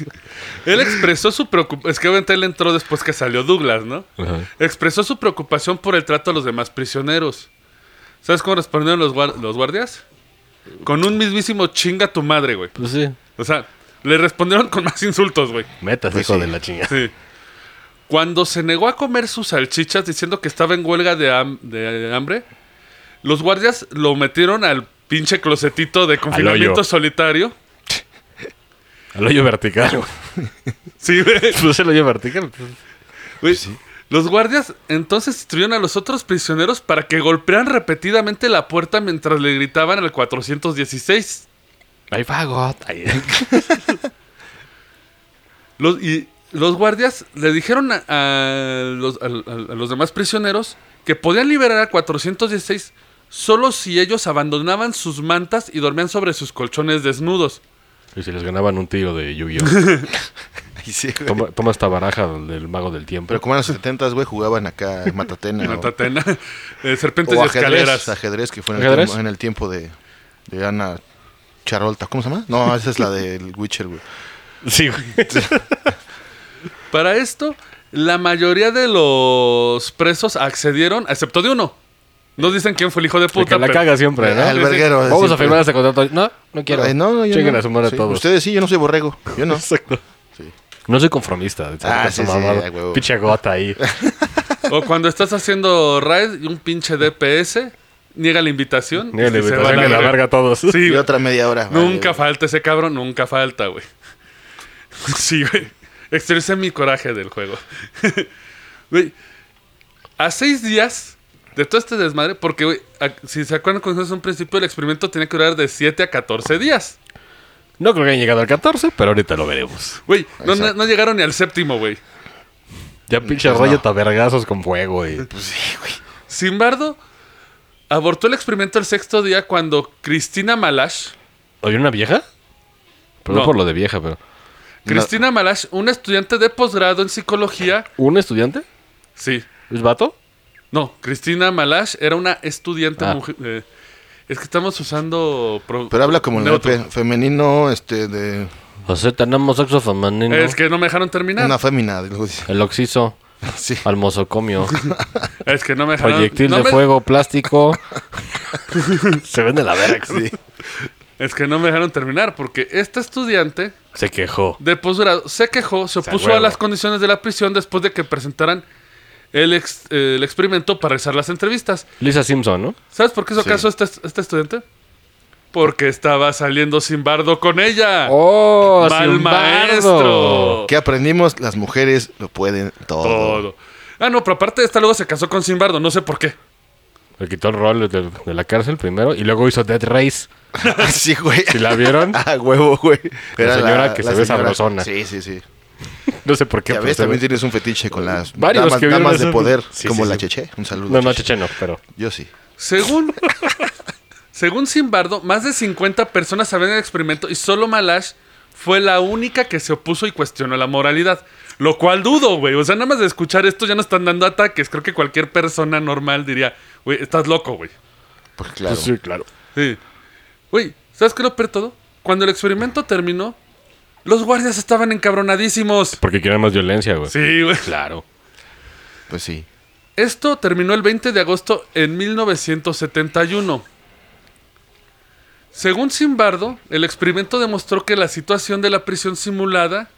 Speaker 2: Él expresó su preocupación. Es que obviamente él entró después que salió Douglas, ¿no?
Speaker 3: Ajá.
Speaker 2: Expresó su preocupación por el trato a los demás prisioneros. ¿Sabes cómo respondieron los, guar- los guardias? Con un mismísimo chinga tu madre, güey.
Speaker 3: Pues sí.
Speaker 2: O sea, le respondieron con más insultos, güey.
Speaker 3: Metas,
Speaker 4: Pues
Speaker 3: hijo
Speaker 4: sí.
Speaker 3: de la chingada.
Speaker 2: Sí. Cuando se negó a comer sus salchichas diciendo que estaba en huelga de, ham- de hambre, los guardias lo metieron al pinche closetito de confinamiento
Speaker 3: hoyo.
Speaker 2: solitario.
Speaker 3: Al hoyo vertical, güey.
Speaker 2: Sí, güey.
Speaker 3: Pues el hoyo vertical.
Speaker 2: Güey, Los guardias entonces instruyeron a los otros prisioneros para que golpearan repetidamente la puerta mientras le gritaban al 416.
Speaker 3: Ahí fagot. Ahí.
Speaker 2: Los, y los guardias le dijeron a, a los, a- a- a los demás prisioneros que podían liberar a 416 solo si ellos abandonaban sus mantas y dormían sobre sus colchones desnudos.
Speaker 3: Y si les ganaban un tiro de Yu-Gi-Oh!
Speaker 4: Ay, sí, güey.
Speaker 3: Toma, toma esta baraja del, del mago del tiempo.
Speaker 4: Pero como en los 70 güey, jugaban acá en Matatena.
Speaker 2: En
Speaker 4: o-
Speaker 2: Atatena, eh, serpentes
Speaker 4: o
Speaker 2: y
Speaker 4: ajedrez,
Speaker 2: escaleras.
Speaker 4: ajedrez que fue en el,
Speaker 3: ¿Ajedrez?
Speaker 4: tiempo, en el tiempo de, de Ana Charolta. ¿Cómo se llama? No, esa es la del Witcher, güey.
Speaker 3: Sí, güey.
Speaker 2: Para esto, la mayoría de los presos accedieron, excepto de uno. No dicen quién fue el hijo de
Speaker 3: Porque
Speaker 2: puta.
Speaker 3: la
Speaker 2: pero-
Speaker 3: caga siempre, ¿no?
Speaker 4: Ah, el verguero,
Speaker 3: Vamos
Speaker 4: siempre.
Speaker 3: a firmar este contrato. No, no quiero.
Speaker 4: Ay, no, no, yo
Speaker 3: Chinguen
Speaker 4: no.
Speaker 3: a su madre
Speaker 4: Sí,
Speaker 3: todos.
Speaker 4: Ustedes sí, yo no soy borrego. Yo no.
Speaker 3: No soy conformista.
Speaker 4: Ah,
Speaker 3: Esa
Speaker 4: sí, sí,
Speaker 3: mamada.
Speaker 4: a huevo.
Speaker 3: Pinche gota ahí.
Speaker 2: O cuando estás haciendo raid y un pinche DPS niega la invitación.
Speaker 3: Ni la
Speaker 2: y se
Speaker 3: invitación
Speaker 2: van a
Speaker 3: que la verga a todos.
Speaker 2: Sí,
Speaker 4: Y
Speaker 2: güey.
Speaker 4: otra media hora. vale,
Speaker 2: Nunca
Speaker 4: güey.
Speaker 2: falta ese cabrón, nunca falta, güey. Sí, güey. Exterioricé mi coraje del juego. Güey, a seis días de todo este desmadre, porque, güey, a- si se acuerdan con un principio, el experimento tenía que durar de 7 a 14 días.
Speaker 3: No creo que hayan llegado al 14, pero ahorita lo veremos.
Speaker 2: Güey, no, no,
Speaker 4: Exacto.
Speaker 2: no llegaron ni al séptimo, güey.
Speaker 3: Ya pinche
Speaker 4: Pues
Speaker 3: rollo
Speaker 4: no. Pues
Speaker 3: tabergazos con fuego y...
Speaker 2: Sin embargo, abortó el experimento el sexto día cuando Cristina Malash,
Speaker 3: ¿Oye una vieja? Perdón
Speaker 2: No.
Speaker 3: por lo de vieja, pero...
Speaker 2: Cristina Malash, una estudiante de posgrado en psicología,
Speaker 3: ¿Un estudiante?
Speaker 2: sí,
Speaker 3: ¿Es vato?
Speaker 2: No, Cristina Malash era una estudiante
Speaker 3: Ah.
Speaker 2: mujer. eh, es que estamos usando. pro-
Speaker 4: Pero habla como el
Speaker 2: neutro.
Speaker 4: nepe, femenino, este, de
Speaker 3: O sea, tenemos sexo femenino.
Speaker 2: Es que no me dejaron terminar.
Speaker 4: una fémina. algo así.
Speaker 3: El oxiso.
Speaker 4: Sí.
Speaker 3: Al mosocomio.
Speaker 2: Es que no me dejaron.
Speaker 3: Proyectil
Speaker 2: no
Speaker 3: de
Speaker 2: me-
Speaker 3: fuego, plástico. Se vende la verga.
Speaker 4: Sí.
Speaker 2: Es que no me dejaron terminar porque esta estudiante
Speaker 3: Se quejó.
Speaker 2: de posgrado se quejó, se
Speaker 3: sea,
Speaker 2: opuso a
Speaker 3: huevo.
Speaker 2: las condiciones de la prisión después de que presentaran el, ex- eh, el experimento para realizar las entrevistas.
Speaker 3: Lisa Simpson, ¿no?
Speaker 2: ¿Sabes por qué hizo
Speaker 4: Sí.
Speaker 2: caso esta, esta estudiante? Porque estaba saliendo sin bardo con ella.
Speaker 3: ¡Oh!
Speaker 2: ¡Mal
Speaker 3: Zimbardo!
Speaker 2: maestro!
Speaker 4: ¿Qué aprendimos? Las mujeres lo pueden todo.
Speaker 2: Todo. Ah, no, pero aparte esta luego se casó con Simbardo, no sé por qué.
Speaker 3: Le quitó el rol de, de la cárcel primero y luego hizo Dead Race.
Speaker 4: sí, güey.
Speaker 3: ¿Sí la vieron?
Speaker 4: Ah, huevo, güey.
Speaker 3: La señora que se ve sabrosona.
Speaker 4: Sí, sí, sí.
Speaker 3: No sé por qué.
Speaker 4: Ya
Speaker 3: pero
Speaker 4: ves,
Speaker 3: se pues, ve-
Speaker 4: también tienes un fetiche con las
Speaker 3: Varios
Speaker 4: damas,
Speaker 3: que vieron
Speaker 4: damas de
Speaker 3: eso. pues,
Speaker 4: poder,
Speaker 3: Sí,
Speaker 4: como
Speaker 3: sí,
Speaker 4: la
Speaker 3: sí.
Speaker 4: Cheche. Un saludo.
Speaker 3: No, no,
Speaker 4: Cheche.
Speaker 3: Cheche no, pero...
Speaker 4: Yo sí. pues,
Speaker 2: Según. según Simbardo, más de 50 personas sabían el experimento y solo Malash fue la única que se opuso y cuestionó la moralidad. Lo cual dudo, güey. O sea, nada más de escuchar esto ya no están dando ataques. Creo que cualquier persona normal diría, güey, estás loco, güey.
Speaker 4: Pues claro.
Speaker 3: Sí, claro.
Speaker 2: Sí. Güey, ¿sabes qué es lo peor de todo? Cuando el experimento terminó, los guardias estaban encabronadísimos.
Speaker 3: Porque quieren más violencia, güey.
Speaker 2: Sí, güey.
Speaker 3: Claro.
Speaker 4: Pues sí.
Speaker 2: Esto terminó el 20 de agosto en 1971. Según Simbardo, el experimento demostró que la situación de la prisión simulada,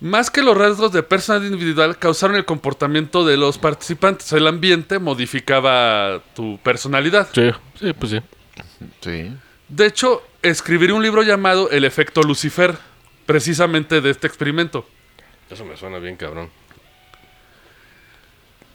Speaker 2: más que los rasgos de personalidad individual, causaron el comportamiento de los participantes. El ambiente modificaba tu personalidad.
Speaker 3: Sí, sí, pues sí.
Speaker 4: Sí.
Speaker 2: De hecho, escribiré un libro llamado El efecto Lucifer, precisamente de este experimento.
Speaker 3: Eso me suena bien, cabrón.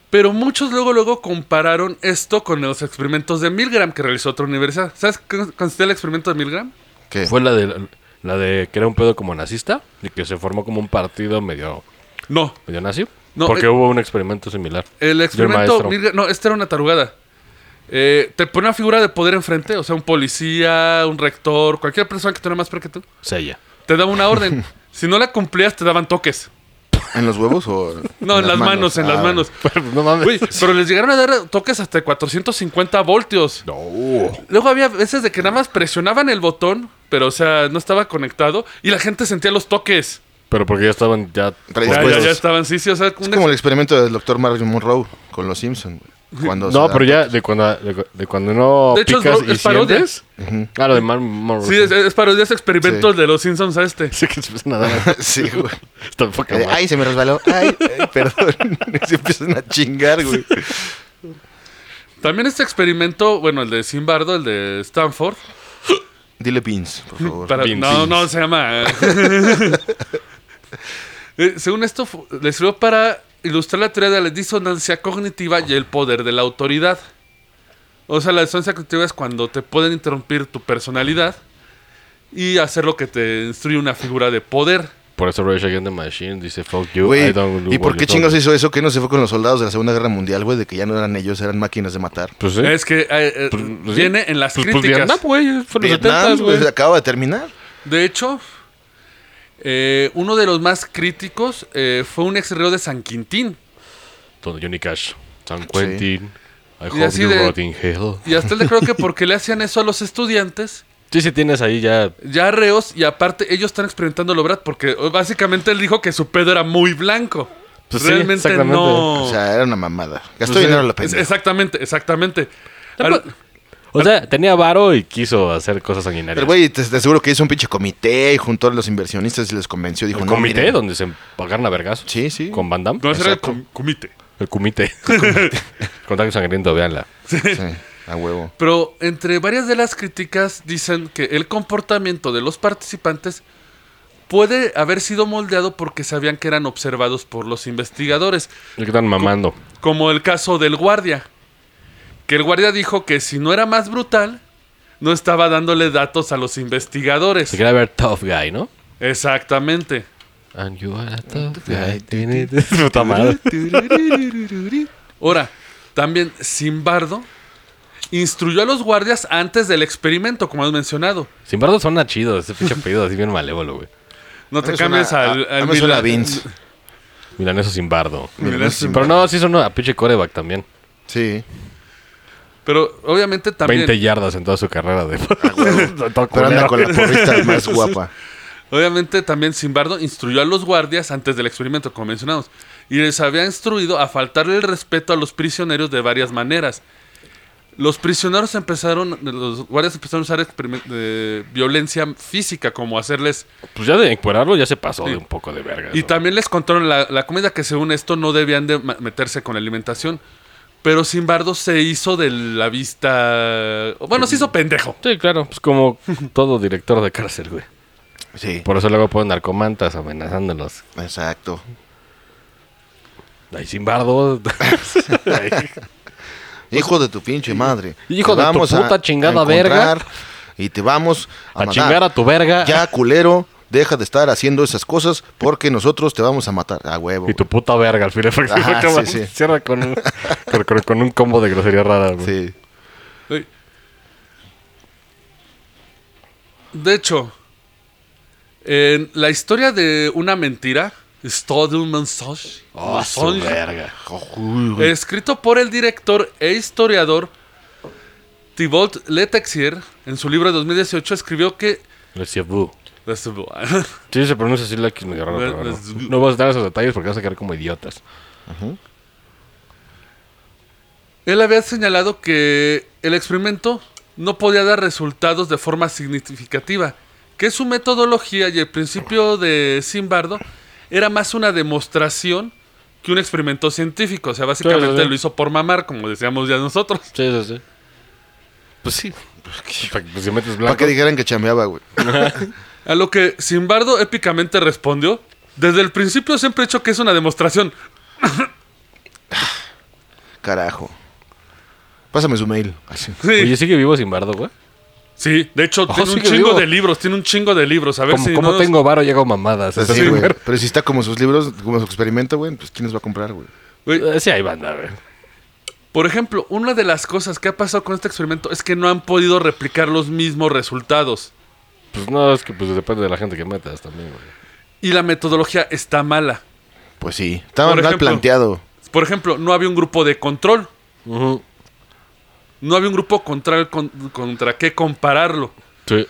Speaker 2: Pero muchos luego luego compararon esto con los experimentos de Milgram que realizó otra universidad. ¿Sabes qué consistía el experimento de Milgram?
Speaker 4: ¿Qué?
Speaker 3: Fue la de, la de que era un pedo como nazista y que se formó como un partido medio,
Speaker 2: No,
Speaker 3: medio nazi.
Speaker 2: No,
Speaker 3: porque
Speaker 2: eh,
Speaker 3: hubo un experimento similar.
Speaker 2: el
Speaker 3: Yo
Speaker 2: experimento
Speaker 3: maestro.
Speaker 2: Milgram, no, esta era una tarugada. Eh, te pone una figura de poder enfrente, o sea, un policía, un rector, cualquier persona que tenga más poder que tú,
Speaker 3: Sella.
Speaker 2: te daba una orden. si no la cumplías, te daban toques.
Speaker 4: ¿En los huevos o.?
Speaker 2: No, en, las manos, en
Speaker 4: Ah,
Speaker 2: las
Speaker 4: bueno.
Speaker 2: manos.
Speaker 3: no mames.
Speaker 2: Güey, pero les llegaron a dar toques hasta de 450 voltios.
Speaker 3: No.
Speaker 2: Luego había veces de que nada más presionaban el botón, pero o sea, no estaba conectado y la gente sentía los toques.
Speaker 3: Pero porque ya estaban ya...
Speaker 2: Ya,
Speaker 4: Pues,
Speaker 2: ya, ya
Speaker 4: pues,
Speaker 2: estaban, sí, sí, o sea,
Speaker 4: Es
Speaker 2: un
Speaker 4: como el experimento del doctor Marilyn Monroe con los Simpsons, güey. Cuando se
Speaker 3: No,
Speaker 4: da-
Speaker 3: pero ya de cuando, de, cu- de cuando no
Speaker 2: De hecho, es
Speaker 3: picas
Speaker 2: bro-
Speaker 3: y
Speaker 2: es parodia.
Speaker 3: sientes... Ah, lo de Mar Morrison.
Speaker 2: Sí, es, es para los experimentos
Speaker 4: Sí.
Speaker 2: de los Simpsons a este.
Speaker 3: Sí, que se empiezan a dar...
Speaker 4: Sí, güey.
Speaker 3: Está poca
Speaker 4: Eh,
Speaker 3: madre.
Speaker 4: Ay, se me resbaló. Ay, ay, perdón. Y se empiezan a chingar, güey.
Speaker 2: También este experimento, bueno, el de Simbardo, el de Stanford.
Speaker 4: Dile pins, por favor.
Speaker 2: para-
Speaker 3: Bean
Speaker 2: no,
Speaker 3: Beans.
Speaker 2: no, se llama. Eh, según esto, fu- le sirvió para ilustrar la teoría de la disonancia cognitiva y el poder de la autoridad. O sea, la disonancia cognitiva es cuando te pueden interrumpir tu personalidad y hacer lo que te instruye una figura de poder.
Speaker 3: Por eso Rage Against the Machine dice, fuck you, I
Speaker 4: Güey,
Speaker 3: don't do
Speaker 4: ¿y por
Speaker 3: what
Speaker 4: qué
Speaker 3: you
Speaker 4: chingos
Speaker 3: do".
Speaker 4: hizo eso? ¿Qué no se fue con los soldados de la Segunda Guerra Mundial, güey? De que ya no eran ellos, eran máquinas de matar.
Speaker 3: Pues sí.
Speaker 2: Es que eh, eh,
Speaker 3: Pues, pues, sí.
Speaker 2: viene en las
Speaker 3: Pues- pues,
Speaker 2: críticas.
Speaker 3: Vietnam, güey. Fue en los
Speaker 4: Vietnam,
Speaker 3: 70, güey.
Speaker 4: pues, acaba de terminar.
Speaker 2: De hecho, eh, uno de los más críticos eh, fue un ex reo de San Quintín.
Speaker 3: Donde Johnny Cash, San Quentin, I
Speaker 2: Y
Speaker 3: hope
Speaker 2: así
Speaker 3: you
Speaker 2: de-
Speaker 3: rot in hell.
Speaker 2: Y hasta él le creo que porque le hacían eso a los estudiantes,
Speaker 3: Sí, sí tienes ahí ya...
Speaker 2: ya reos, y aparte ellos están experimentando lo verdad, porque eh, básicamente él dijo que su pedo era muy blanco.
Speaker 3: Pues sí,
Speaker 2: Realmente
Speaker 3: exactamente.
Speaker 2: no.
Speaker 4: O sea, era una mamada. Gastó
Speaker 2: Pues, eh,
Speaker 4: dinero a la
Speaker 2: es-
Speaker 4: pendeja.
Speaker 2: Exactamente, exactamente.
Speaker 3: Tampoco-
Speaker 2: Al-
Speaker 3: O sea, tenía varo y quiso hacer cosas sanguinarias.
Speaker 4: Pero, güey, te, te aseguro que hizo un pinche comité y juntó a los inversionistas y les convenció. Dijo,
Speaker 3: el
Speaker 4: no,
Speaker 3: comité
Speaker 4: miren".
Speaker 3: donde se pagaron a vergazos.
Speaker 4: Sí, sí.
Speaker 3: Con Van Damme.
Speaker 2: no, ese era el
Speaker 4: exacto.
Speaker 2: com- comité.
Speaker 3: El comité. con Tango Sangriento, véanla.
Speaker 4: Sí, a huevo.
Speaker 2: Pero entre varias de las críticas dicen que el comportamiento de los participantes puede haber sido moldeado porque sabían que eran observados por los investigadores,
Speaker 3: El que están mamando.
Speaker 2: como el caso del guardia, que el guardia dijo que si no era más brutal, no estaba dándole datos a los
Speaker 3: Se
Speaker 2: investigadores.
Speaker 3: quería ver Tough Guy, ¿no?
Speaker 2: Exactamente.
Speaker 3: And you are a tough guy. Puta madre.
Speaker 2: Ahora, también Simbardo instruyó a los guardias antes del experimento, como has mencionado.
Speaker 3: Sin embargo, suena chido ese pinche apellido así bien malévolo, güey.
Speaker 2: No
Speaker 4: A
Speaker 2: te
Speaker 4: mí suena-
Speaker 2: cambies al,
Speaker 4: a-
Speaker 2: al
Speaker 4: a mí suena
Speaker 2: Mila-
Speaker 4: a Vince.
Speaker 3: Milaneso sin bardo.
Speaker 2: Mila-
Speaker 3: Pero no, sí sonó a pinche coreback también.
Speaker 4: Sí.
Speaker 2: Pero obviamente también.
Speaker 3: 20 yardas en toda su carrera de. Todo
Speaker 4: Pero
Speaker 3: culero.
Speaker 4: anda con la porrista más guapa.
Speaker 2: Obviamente también Simbardo instruyó a los guardias antes del experimento, como mencionamos, y les había instruido a faltarle el respeto a los prisioneros de varias maneras. Los prisioneros empezaron, los guardias empezaron a usar experimen- eh, violencia física, como hacerles...
Speaker 3: Pues ya de encuerarlo ya se pasó
Speaker 2: Sí.
Speaker 3: de un poco de verga.
Speaker 2: Y
Speaker 3: eso.
Speaker 2: también les contaron la, la comida, que según esto no debían de ma- meterse con la alimentación. Pero Simbardo se hizo de la vista... Bueno, se hizo pendejo.
Speaker 3: Sí, claro, pues como todo director de cárcel, güey.
Speaker 4: Sí.
Speaker 3: Por eso luego ponen narcomantas amenazándolos.
Speaker 4: Exacto.
Speaker 3: Ahí sin bardo. Ay,
Speaker 4: Hijo de tu pinche madre.
Speaker 3: Hijo
Speaker 4: Te
Speaker 3: de tu
Speaker 4: vamos
Speaker 3: puta chingada
Speaker 4: encontrar
Speaker 3: verga.
Speaker 4: Y te vamos a,
Speaker 3: A
Speaker 4: matar.
Speaker 3: chingar a tu verga.
Speaker 4: Ya, culero, deja de estar haciendo esas cosas porque nosotros te vamos a matar. A huevo.
Speaker 3: Y tu puta verga, al final. Porque
Speaker 4: Ajá,
Speaker 3: acaba-
Speaker 4: sí, sí.
Speaker 3: Cierra con un, con, con- con un combo de grosería rara, güey.
Speaker 4: Sí.
Speaker 2: Ey. De hecho, en la historia de una mentira, Histoire d'un mensonge,
Speaker 3: Oh, su
Speaker 2: mensonge,
Speaker 3: verga.
Speaker 2: eh, escrito por el director e historiador Thibault Letexier, en su libro de 2018 escribió que...
Speaker 3: Monsieur Vu.
Speaker 2: Escribió
Speaker 3: Sí, se pronuncia así la X medio raro, pero
Speaker 2: Monsieur
Speaker 3: no.
Speaker 2: Vu.
Speaker 3: No vas a dar esos detalles porque vas a quedar como idiotas.
Speaker 2: Él había señalado que el experimento no podía dar resultados de forma significativa, que su metodología y el principio de Simbardo era más una demostración que un experimento científico. O sea, básicamente
Speaker 3: Sí, sí, sí.
Speaker 2: lo hizo por mamar, como decíamos ya nosotros.
Speaker 3: Sí, sí, sí.
Speaker 4: Pues sí.
Speaker 3: Para que pues, si metes
Speaker 4: Para
Speaker 3: blanco.
Speaker 4: que dijeran que chameaba, güey.
Speaker 2: A lo que Simbardo épicamente respondió, desde el principio siempre he hecho que es una demostración.
Speaker 4: Carajo. Pásame su mail. Así.
Speaker 2: Sí,
Speaker 3: Oye, sigue vivo sin bardo, güey.
Speaker 2: sí. de hecho, tiene un
Speaker 3: sigue
Speaker 2: chingo
Speaker 3: vivo.
Speaker 2: de libros, tiene un chingo de libros. A ver
Speaker 3: Como,
Speaker 2: si
Speaker 3: como
Speaker 2: no nos-
Speaker 3: tengo varo, llego mamadas.
Speaker 4: Así,
Speaker 3: Entonces,
Speaker 4: güey.
Speaker 3: güey.
Speaker 4: Pero si está como sus libros, como su experimento, güey, pues ¿quién les va a comprar, güey?
Speaker 2: Güey,
Speaker 3: Eh, Sí, hay banda, güey.
Speaker 2: Por ejemplo, una de las cosas que ha pasado con este experimento es que no han podido replicar los mismos resultados.
Speaker 3: Pues no, es que pues depende de la gente que metas también, güey.
Speaker 2: Y la metodología está mala.
Speaker 4: Pues sí. Estaba
Speaker 2: Por
Speaker 4: mal
Speaker 2: ejemplo.
Speaker 4: planteado.
Speaker 2: Por ejemplo, no había un grupo de control.
Speaker 3: Ujú.
Speaker 2: No había un grupo contra, el con- contra qué compararlo.
Speaker 3: Sí.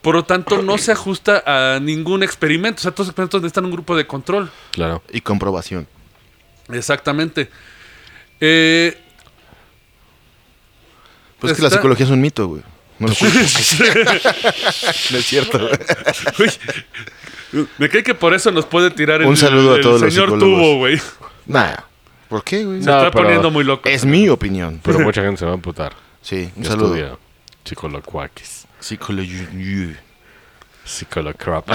Speaker 2: Por lo tanto, no se ajusta a ningún experimento. O sea, todos los experimentos necesitan un grupo de control.
Speaker 3: Claro.
Speaker 4: Y comprobación.
Speaker 2: Exactamente. Eh,
Speaker 4: Pues es que la
Speaker 2: Está-
Speaker 4: psicología es un mito, güey. No, lo culpes. No es cierto. güey.
Speaker 2: uy, me cae que por eso nos puede tirar el,
Speaker 4: Un saludo a
Speaker 2: el
Speaker 4: todos los
Speaker 2: señor
Speaker 4: psicólogos.
Speaker 2: tubo, güey.
Speaker 4: Nah. ¿Por qué, güey?
Speaker 2: Se
Speaker 3: No,
Speaker 2: está
Speaker 3: pero-
Speaker 2: poniendo muy loco.
Speaker 4: Es mi opinión.
Speaker 3: Pero mucha gente se va a amputar.
Speaker 4: Sí, un
Speaker 3: Ya
Speaker 4: saludo.
Speaker 3: estudia psicolocuaquis.
Speaker 4: Psicología.
Speaker 3: Psicolocrop.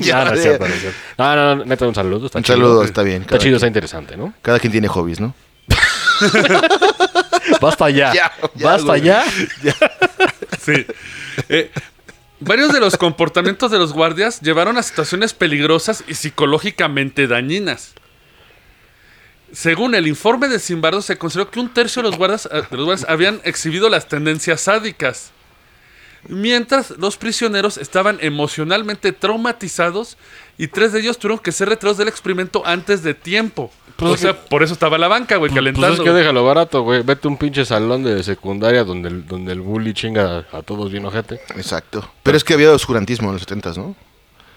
Speaker 4: Ya
Speaker 3: no, no, es
Speaker 4: sé.
Speaker 3: cierto, no, es cierto. no, no, no, neta, un saludo. Está
Speaker 4: Un
Speaker 3: chido.
Speaker 4: saludo, está bien,
Speaker 3: Está
Speaker 4: cada
Speaker 3: chido,
Speaker 4: quien.
Speaker 3: está interesante, ¿no?
Speaker 4: Cada quien tiene hobbies, ¿no?
Speaker 3: Basta ya.
Speaker 4: Ya, ya,
Speaker 3: Basta
Speaker 4: güey.
Speaker 3: ya.
Speaker 2: Sí. Eh, varios de los comportamientos de los guardias llevaron a situaciones peligrosas y psicológicamente dañinas. Según el informe de Simbardo, se consideró que un tercio de los guardias, eh, de los guardias habían exhibido las tendencias sádicas, mientras los prisioneros estaban emocionalmente traumatizados y tres de ellos tuvieron que ser retirados del experimento antes de tiempo.
Speaker 3: Pues
Speaker 2: o
Speaker 3: es que-
Speaker 2: sea, por eso estaba la banca, güey, calentando.
Speaker 3: Pues es que déjalo barato, güey. Vete a un pinche salón de secundaria donde el, donde el bully chinga a todos bien ojete.
Speaker 4: Exacto. Pero es que había oscurantismo en los 70s, ¿no?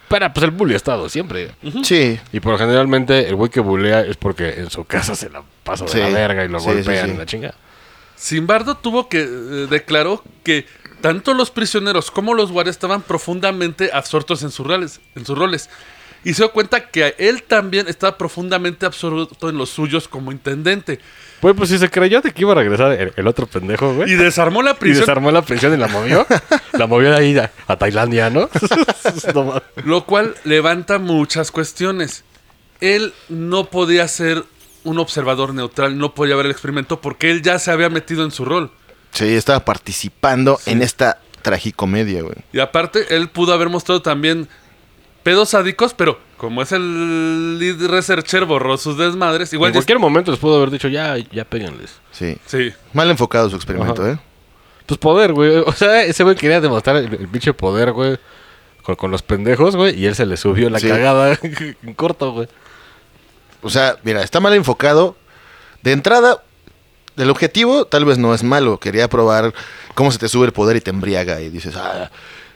Speaker 3: Pero pues el bully ha estado siempre.
Speaker 4: Sí.
Speaker 3: Y por generalmente el güey que bulea es porque en su casa se la pasa de
Speaker 4: Sí.
Speaker 3: la verga y lo
Speaker 4: Sí, sí,
Speaker 3: golpean
Speaker 4: sí.
Speaker 3: y la chinga.
Speaker 2: Simbardo tuvo que eh, declaró que tanto los prisioneros como los guardias estaban profundamente absortos en sus roles, en sus roles. Y se dio cuenta que él también estaba profundamente absorto en los suyos como intendente.
Speaker 3: Güey, pues si se creyó de que iba a regresar el, el otro pendejo, güey.
Speaker 2: Y
Speaker 3: Y,
Speaker 2: desarmó la prisión,
Speaker 3: desarmó la prisión y la movió. la movió de ahí a, a Tailandia, ¿no? No mames.
Speaker 2: lo cual levanta muchas cuestiones. Él no podía ser un observador neutral, no podía ver el experimento porque él ya se había metido en su rol.
Speaker 4: Sí, estaba participando en esta tragicomedia, güey.
Speaker 2: Y aparte, él pudo haber mostrado también pedos sádicos, pero como es el lead researcher, borró sus desmadres. Igual
Speaker 3: en
Speaker 2: ya-
Speaker 3: cualquier momento les pudo haber dicho, ya, ya péganles.
Speaker 4: Sí.
Speaker 2: Sí.
Speaker 4: Mal enfocado su experimento,
Speaker 3: Ajá.
Speaker 4: ¿eh?
Speaker 3: Pues poder, güey. O sea, ese güey quería demostrar el, el pinche poder, güey. Con, con los pendejos, güey. Y él se le subió la
Speaker 4: Sí.
Speaker 3: cagada en corto, güey.
Speaker 4: O sea, mira, está mal enfocado. De entrada, el objetivo tal vez no es malo. Quería probar cómo se te sube el poder y te embriaga y dices, ah.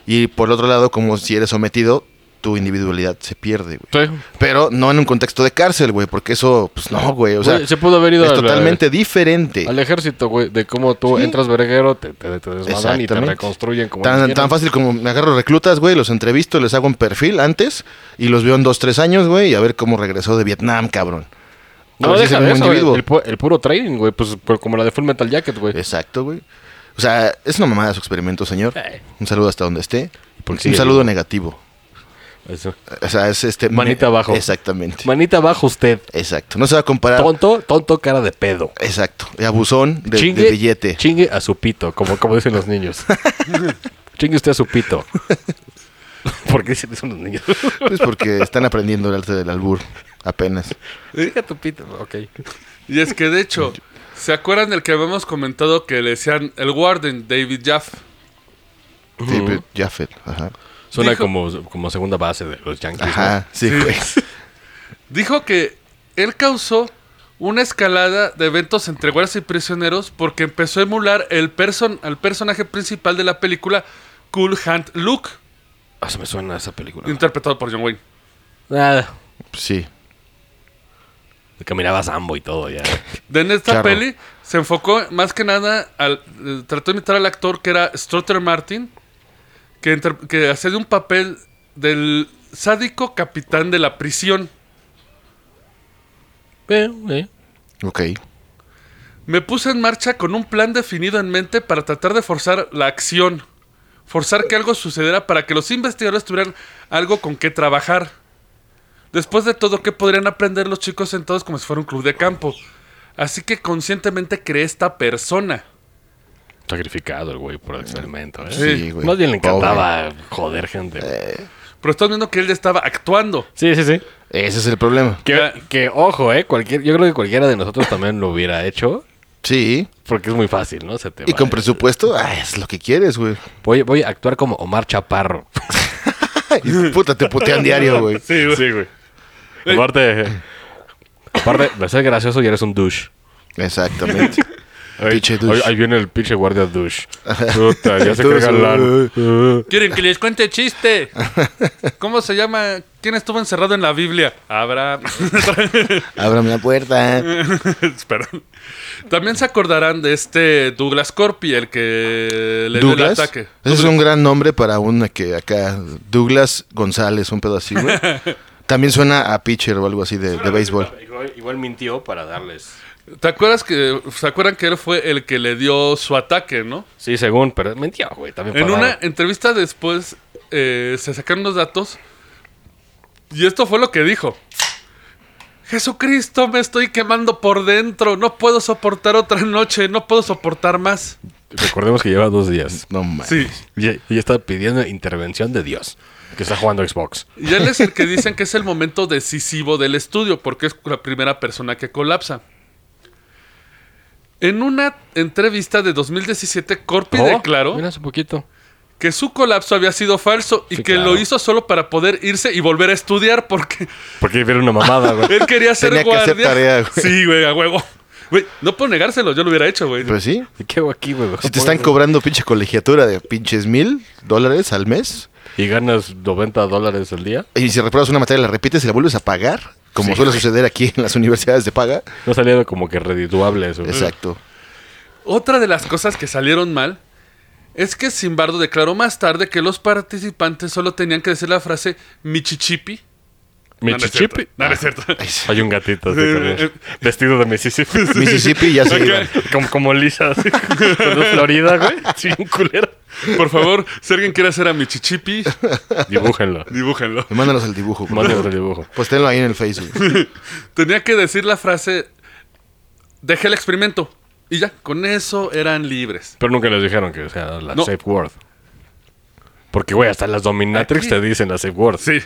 Speaker 4: Y por otro lado, como si eres sometido, tu individualidad se pierde, güey.
Speaker 3: Sí.
Speaker 4: Pero no en un contexto de cárcel, güey, porque eso, pues no, güey. O sea,
Speaker 3: Güey, se pudo haber ido
Speaker 4: es
Speaker 3: a la-
Speaker 4: totalmente diferente.
Speaker 3: Al ejército, güey. De cómo tú
Speaker 4: Sí.
Speaker 3: entras verguero, te, te, te desmadan y te
Speaker 4: Exactamente.
Speaker 3: reconstruyen como ellos
Speaker 4: Tan,
Speaker 3: quieran.
Speaker 4: tan fácil como me agarro reclutas, güey, los entrevisto, les hago un perfil antes y los veo en dos, tres años, güey, y a ver cómo regresó de Vietnam, cabrón. A
Speaker 3: No,
Speaker 4: ver si es
Speaker 3: deja
Speaker 4: el
Speaker 3: de eso,
Speaker 4: mismo
Speaker 3: güey.
Speaker 4: individuo.
Speaker 3: el, pu- el puro training, güey. Pues por- como la de Full Metal Jacket, güey.
Speaker 4: Exacto, güey. O sea, es una mamada su experimento, señor.
Speaker 3: Eh.
Speaker 4: Un saludo hasta donde esté.
Speaker 3: Porque
Speaker 4: un
Speaker 3: sigue
Speaker 4: saludo
Speaker 3: vivo.
Speaker 4: negativo.
Speaker 3: Eso.
Speaker 4: O sea, es este.
Speaker 3: Manita abajo.
Speaker 4: Exactamente.
Speaker 3: Manita abajo usted.
Speaker 4: Exacto. No se va a comparar.
Speaker 3: Tonto, tonto, cara de pedo.
Speaker 4: Exacto. De abusón Ah. de, de
Speaker 3: chingue,
Speaker 4: billete.
Speaker 3: chingue a su pito, como, como dicen los niños. chingue usted a su pito. ¿Por qué dicen eso los niños?
Speaker 4: Es porque están aprendiendo el arte del albur. Apenas.
Speaker 3: Chingue a tu pito, ok.
Speaker 2: Y es que de hecho, ¿se acuerdan del que habíamos comentado que le decían el Warden, David Jaff?
Speaker 4: David Jaffet. Ajá.
Speaker 3: Suena
Speaker 2: Dijo-
Speaker 3: como, como segunda base de los Yankees. ¿no?
Speaker 4: Ajá. Sí, güey.
Speaker 2: Dijo que él causó una escalada de eventos entre guardias y prisioneros porque empezó a emular el person al personaje principal de la película Cool Hand Luke,
Speaker 3: Ah, se me suena esa película.
Speaker 2: interpretado por John Wayne.
Speaker 3: Nada.
Speaker 4: Sí.
Speaker 3: Caminaba Sambo y todo ya.
Speaker 2: De en esta
Speaker 4: Charro.
Speaker 2: peli se enfocó más que nada al eh, trató de imitar al actor que era Strutter Martin, que, inter- que hacía de un papel del sádico capitán de la prisión.
Speaker 3: Eh, eh.
Speaker 4: Ok.
Speaker 2: Me puse en marcha con un plan definido en mente para tratar de forzar la acción, forzar que algo sucediera para que los investigadores tuvieran algo con qué trabajar. Después de todo, ¿qué podrían aprender los chicos sentados como si fuera un club de campo? Así que conscientemente creé esta persona.
Speaker 3: Sacrificado el güey por el experimento, ¿eh?
Speaker 4: Sí, güey.
Speaker 3: Más bien le
Speaker 4: Pobre. Eh.
Speaker 3: encantaba joder gente.
Speaker 2: Pero estás viendo que él ya estaba actuando.
Speaker 3: Sí, sí, sí.
Speaker 4: Ese es el problema.
Speaker 3: Que, que, ojo, ¿eh? Cualquier, yo creo que cualquiera de nosotros también lo hubiera hecho.
Speaker 4: Sí.
Speaker 3: Porque es muy fácil, ¿no? Se te
Speaker 4: Y
Speaker 3: va
Speaker 4: con
Speaker 3: el-
Speaker 4: presupuesto, ah, es lo que quieres, güey.
Speaker 3: Voy, voy a actuar como Omar Chaparro.
Speaker 4: Y Puta, te putean diario, güey.
Speaker 3: Sí, güey. Aparte, eh, aparte de ser gracioso, ya eres un douche.
Speaker 4: Exactamente.
Speaker 3: Ay,
Speaker 4: Pinche douche.
Speaker 3: ay, Ahí viene el pinche guardia douche. Puta, ya se
Speaker 4: Douche,
Speaker 3: caga el lan.
Speaker 2: ¿Quieren que les cuente chiste? ¿Cómo se llama? ¿Quién estuvo encerrado en la Biblia? Abraham.
Speaker 4: Ábrame la puerta.
Speaker 2: Espera. También se acordarán de este Douglas Corpi, el que le dio el
Speaker 4: Douglas.
Speaker 2: ataque.
Speaker 4: Ese es un gran nombre para una que acá. Douglas González, un pedo así, güey. También suena a pitcher o algo así de, de béisbol.
Speaker 3: Igual, igual mintió para darles.
Speaker 2: ¿Te acuerdas que se acuerdan que él fue el que le dio su ataque, no?
Speaker 3: Sí, según, pero mintió, güey. También
Speaker 2: En
Speaker 3: para
Speaker 2: una
Speaker 3: dar-
Speaker 2: entrevista después eh, se sacaron los datos y esto fue lo que dijo. Jesucristo, me estoy quemando por dentro. No puedo soportar otra noche. No puedo soportar más.
Speaker 3: Recordemos que lleva dos días.
Speaker 4: No mames.
Speaker 2: Sí.
Speaker 3: Y, y está pidiendo intervención de Dios. Que está jugando Xbox.
Speaker 2: Y él es el que dicen que es el momento decisivo del estudio, porque es la primera persona que colapsa. En una entrevista de 2017, Corpi
Speaker 3: Oh,
Speaker 2: declaró
Speaker 3: Mira, hace poquito.
Speaker 2: que su colapso había sido falso y
Speaker 3: Sí,
Speaker 2: que
Speaker 3: claro.
Speaker 2: lo hizo solo para poder irse y volver a estudiar, porque
Speaker 3: Porque vieron una mamada, güey.
Speaker 2: él quería ser
Speaker 4: Tenía que
Speaker 2: guardia.
Speaker 4: hacer tarea, güey.
Speaker 2: Sí, güey, a huevo. Güey, no puedo negárselo, yo lo hubiera hecho, güey.
Speaker 4: Pues sí.
Speaker 3: ¿Qué hago aquí, güey?
Speaker 4: Si te están cobrando pinche colegiatura de pinches mil dólares al mes
Speaker 3: Y ganas 90 dólares al día.
Speaker 4: y si repruebas una materia la repites y la vuelves a pagar, como suele suceder aquí en las universidades de paga.
Speaker 3: No salía como que redituable eso. güey.
Speaker 4: Exacto.
Speaker 2: Otra de las cosas que salieron mal es que Simbardo declaró más tarde que los participantes solo tenían que decir la frase Michichipi.
Speaker 3: Mi
Speaker 2: No, no es
Speaker 3: chichipi.
Speaker 2: cierto. No, no es cierto.
Speaker 3: Hay un gatito así con el- vestido de Mississippi.
Speaker 4: Mississippi ya se
Speaker 2: Ok.
Speaker 4: iban.
Speaker 3: Como, como Lisa, así. Pero Florida, güey. Sí, un culero.
Speaker 2: Por favor, si alguien quiere hacer a Michichipi,
Speaker 3: Dibújenlo.
Speaker 2: dibújenlo.
Speaker 4: Mándanos el dibujo. por
Speaker 3: Mándenos
Speaker 4: favor.
Speaker 3: el dibujo.
Speaker 4: Postéenlo ahí en el Facebook.
Speaker 2: Tenía que decir la frase dejé el experimento. Y ya, con eso eran libres.
Speaker 3: Pero nunca les dijeron que sea la
Speaker 2: No.
Speaker 3: safe word. Porque, güey, hasta las dominatrix
Speaker 2: Aquí-
Speaker 3: te dicen la safe word.
Speaker 2: Sí.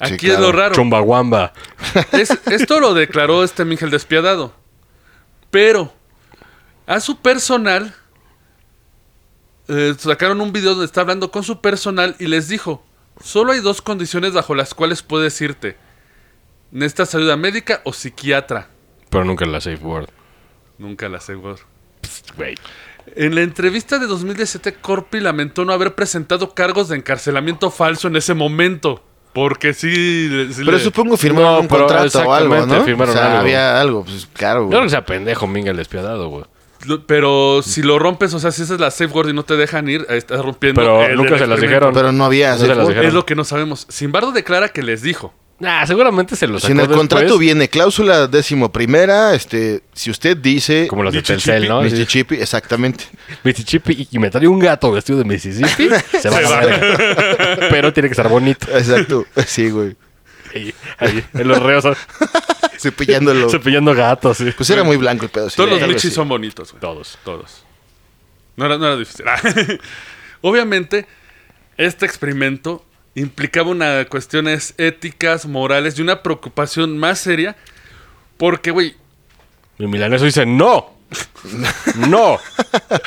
Speaker 2: Aquí es
Speaker 4: claro.
Speaker 2: lo raro.
Speaker 3: Chumbawamba.
Speaker 2: Es- esto lo declaró este Mingel despiadado. Pero a su personal eh, sacaron un video donde está hablando con su personal y les dijo: Solo hay dos condiciones bajo las cuales puedes irte. Necesitas ayuda médica o psiquiatra.
Speaker 3: Pero nunca la safe word.
Speaker 2: Nunca la aseguró.
Speaker 3: Güey.
Speaker 2: En la entrevista de 2017, Corpi lamentó no haber presentado cargos de encarcelamiento falso en ese momento. Porque sí. le- sí
Speaker 4: Pero
Speaker 2: le-
Speaker 4: supongo firmaron
Speaker 3: No,
Speaker 4: un
Speaker 3: pero
Speaker 4: contrato o algo,
Speaker 3: exactamente,
Speaker 4: ¿no?
Speaker 3: firmaron
Speaker 4: o sea,
Speaker 3: algo.
Speaker 4: había algo. Pues claro,
Speaker 3: Yo creo
Speaker 4: güey.
Speaker 3: que sea pendejo, minga el despiadado, güey.
Speaker 2: Lo- Pero si lo rompes, o sea, si esa es la safeguard y no te dejan ir, ahí estás rompiendo.
Speaker 3: Pero
Speaker 2: el
Speaker 3: nunca
Speaker 2: del
Speaker 3: se las
Speaker 2: experimento.
Speaker 3: dijeron.
Speaker 4: Pero no había.
Speaker 3: No se las
Speaker 4: safe word.
Speaker 3: dijeron.
Speaker 2: Es lo que no sabemos. Simbardo declara que les dijo.
Speaker 3: Nah, seguramente se los
Speaker 4: Si en el
Speaker 3: pues?
Speaker 4: contrato viene cláusula décimo primera, este, si usted dice
Speaker 3: Como los de
Speaker 2: Michichipi.
Speaker 3: Telcel, ¿no?
Speaker 4: Mr.
Speaker 3: Sí.
Speaker 4: Chippy, exactamente.
Speaker 3: Mississippi y me trae un gato vestido de Mississippi, se va a la verga. Pero tiene que estar bonito.
Speaker 4: Exacto. Sí, güey.
Speaker 3: Ahí, ahí, en los reos,
Speaker 4: Cepillándolo.
Speaker 3: cepillando gatos. sí.
Speaker 4: Pues era muy blanco el pedo. sí,
Speaker 2: Todos los
Speaker 4: tal vez
Speaker 2: Michis
Speaker 4: sí.
Speaker 2: son bonitos, güey.
Speaker 3: Todos.
Speaker 2: Todos. No era, no era difícil. Obviamente, este experimento implicaba unas cuestiones éticas, morales y una preocupación más seria. Porque, güey,
Speaker 3: Y Milaneso dice, no, no,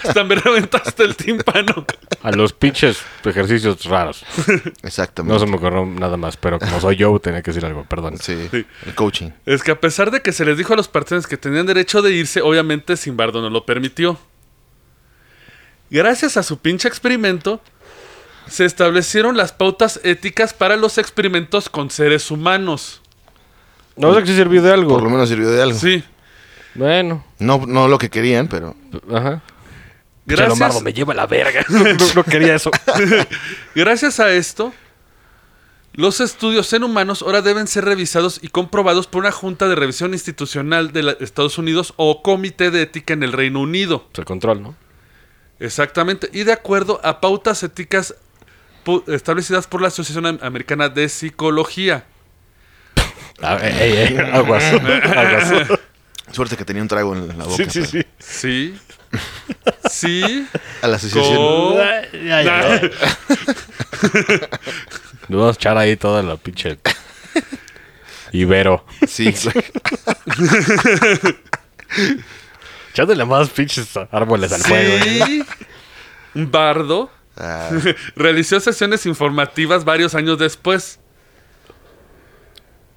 Speaker 2: hasta me reventaste el tímpano.
Speaker 3: a los pinches ejercicios raros. No
Speaker 4: Exactamente.
Speaker 3: se me ocurrió nada más, pero como soy yo, tenía que decir algo, perdón.
Speaker 4: Sí.
Speaker 2: Sí.
Speaker 4: El coaching.
Speaker 2: Es que a pesar de que se les dijo a los partidarios que tenían derecho de irse, obviamente Simbardo no lo permitió. Gracias a su pinche experimento, se establecieron las pautas éticas para los experimentos con seres humanos.
Speaker 3: No sé si sirvió de
Speaker 4: Por lo
Speaker 3: algo.
Speaker 4: menos sirvió de algo.
Speaker 2: Sí.
Speaker 3: Bueno,
Speaker 4: No, no lo que querían, pero.
Speaker 3: ajá.
Speaker 2: Gracias,
Speaker 3: me lleva la verga. No, quería eso.
Speaker 2: gracias a esto, los estudios en humanos ahora deben ser revisados y comprobados por una junta de revisión institucional de la- Estados Unidos o comité de ética en el Reino Unido.
Speaker 3: el control, ¿no?
Speaker 2: Exactamente. Y de acuerdo a pautas éticas pu- establecidas por la Asociación Am- Americana de Psicología.
Speaker 3: Ah, ey, ey, ey, aguas, aguas.
Speaker 4: Suerte que tenía un trago en la boca. pero-
Speaker 2: Sí. Sí.
Speaker 4: A la asociación.
Speaker 2: Co-
Speaker 3: Ya, ya, ya. Le vamos a echar ahí toda la pinche... Ibero.
Speaker 4: Sí, güey.
Speaker 3: Echándole más pinches árboles al fuego. ¿eh?
Speaker 2: Sí. Bardo
Speaker 4: Ah,
Speaker 2: realizó sesiones informativas varios años después.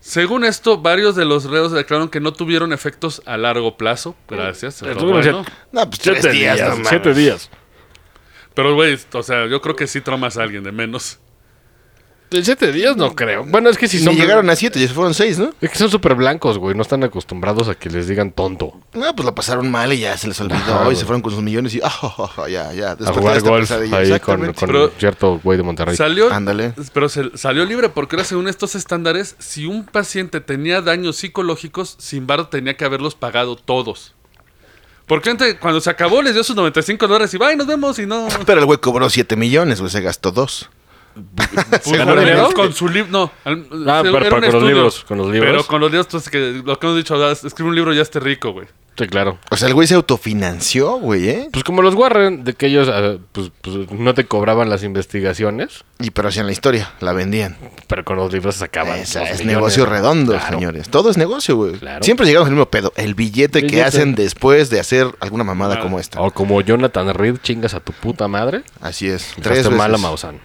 Speaker 2: Según esto, varios de los reos declararon que no tuvieron efectos a largo plazo. Gracias.
Speaker 3: Pero
Speaker 2: pero bueno.
Speaker 4: no, pues tres
Speaker 3: Siete
Speaker 4: días, no
Speaker 3: días.
Speaker 4: mames.
Speaker 3: Siete días.
Speaker 2: Pero, güey, o sea, yo creo que sí traumas a alguien de menos.
Speaker 3: De Siete días no creo. Bueno, es que si
Speaker 4: Ni
Speaker 3: son...
Speaker 4: llegaron a siete, ya se fueron seis, ¿no?
Speaker 3: Es que son súper blancos, güey. No están acostumbrados a que les digan tonto.
Speaker 4: No, pues la pasaron mal y ya se les olvidó.
Speaker 3: Ajá,
Speaker 4: y
Speaker 3: güey.
Speaker 4: se fueron con sus millones y. ah, ja, ja, ja, ya, ya.
Speaker 3: A
Speaker 4: despertar
Speaker 3: jugar
Speaker 4: esta
Speaker 3: golf
Speaker 4: pesadilla.
Speaker 3: ahí con,
Speaker 4: Exactamente.
Speaker 3: con
Speaker 2: Pero-
Speaker 3: cierto güey de Monterrey.
Speaker 2: Salió.
Speaker 4: Ándale.
Speaker 2: Pero se- salió libre porque ahora según estos estándares, si un paciente tenía daños psicológicos, Simbardo tenía que haberlos pagado todos. Porque antes, cuando se acabó les dio sus 95 dólares y va, nos vemos y no.
Speaker 4: Pero el güey cobró siete millones, güey. Se gastó dos.
Speaker 2: Seguramente pues, con su libro, no. al-
Speaker 3: Ah,
Speaker 2: se-
Speaker 3: pero-
Speaker 2: era
Speaker 3: pero
Speaker 2: un
Speaker 3: con los
Speaker 2: estudio.
Speaker 3: libros, con los libros.
Speaker 2: Pero con los libros, pues, que, lo que hemos dicho, ah, escribe un libro y ya esté rico, güey.
Speaker 3: Sí, claro.
Speaker 4: O sea, el güey se autofinanció, güey, ¿eh?
Speaker 3: Pues como los Warren, de que ellos ah, pues, pues, no te cobraban las investigaciones,
Speaker 4: Y pero hacían la historia, la vendían.
Speaker 3: pero con los libros se sacaban.
Speaker 4: Esa
Speaker 3: los
Speaker 4: es
Speaker 3: millones.
Speaker 4: negocio redondo,
Speaker 3: Claro.
Speaker 4: señores. Todo es negocio, güey.
Speaker 3: Claro.
Speaker 4: Siempre llegamos al mismo pedo. El billete, que
Speaker 3: Billete. Oh.
Speaker 4: hacen después de hacer alguna mamada
Speaker 2: Ah.
Speaker 4: como esta.
Speaker 3: O como Jonathan Reed, chingas a tu puta madre.
Speaker 4: Así es. Tres
Speaker 3: Tres
Speaker 4: veces.
Speaker 3: mal a Maussan.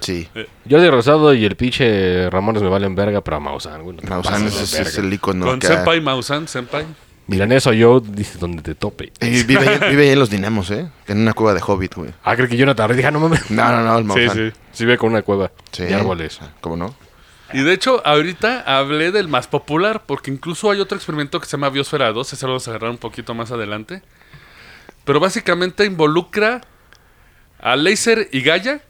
Speaker 4: Sí.
Speaker 3: Yo de Rosado y el pinche Ramones me valen verga, pero a Maussan, güey. no te
Speaker 4: Maussan
Speaker 3: pases de
Speaker 4: ese es,
Speaker 3: verga.
Speaker 4: es el icono.
Speaker 2: con
Speaker 4: que ha-
Speaker 2: Senpai Mausan, Senpai.
Speaker 3: Milaneso yo, dice donde te tope.
Speaker 4: Y vive, ahí- vive ahí en los dinamos, ¿eh? En una cueva de hobbit, güey.
Speaker 3: Ah, creo que Jonathan Reed dije, no mames.
Speaker 4: No, no, no,
Speaker 3: Sí,
Speaker 4: el Maussan.
Speaker 3: sí. Sí, ve con una cueva
Speaker 4: Sí. Ah.
Speaker 3: de árboles.
Speaker 4: ¿Cómo no?
Speaker 2: Y de hecho, ahorita hablé del más popular, porque incluso hay otro experimento que se llama Biosfera 2, ese lo vamos a agarrar un poquito más adelante. Pero básicamente involucra a Laser y Gaia,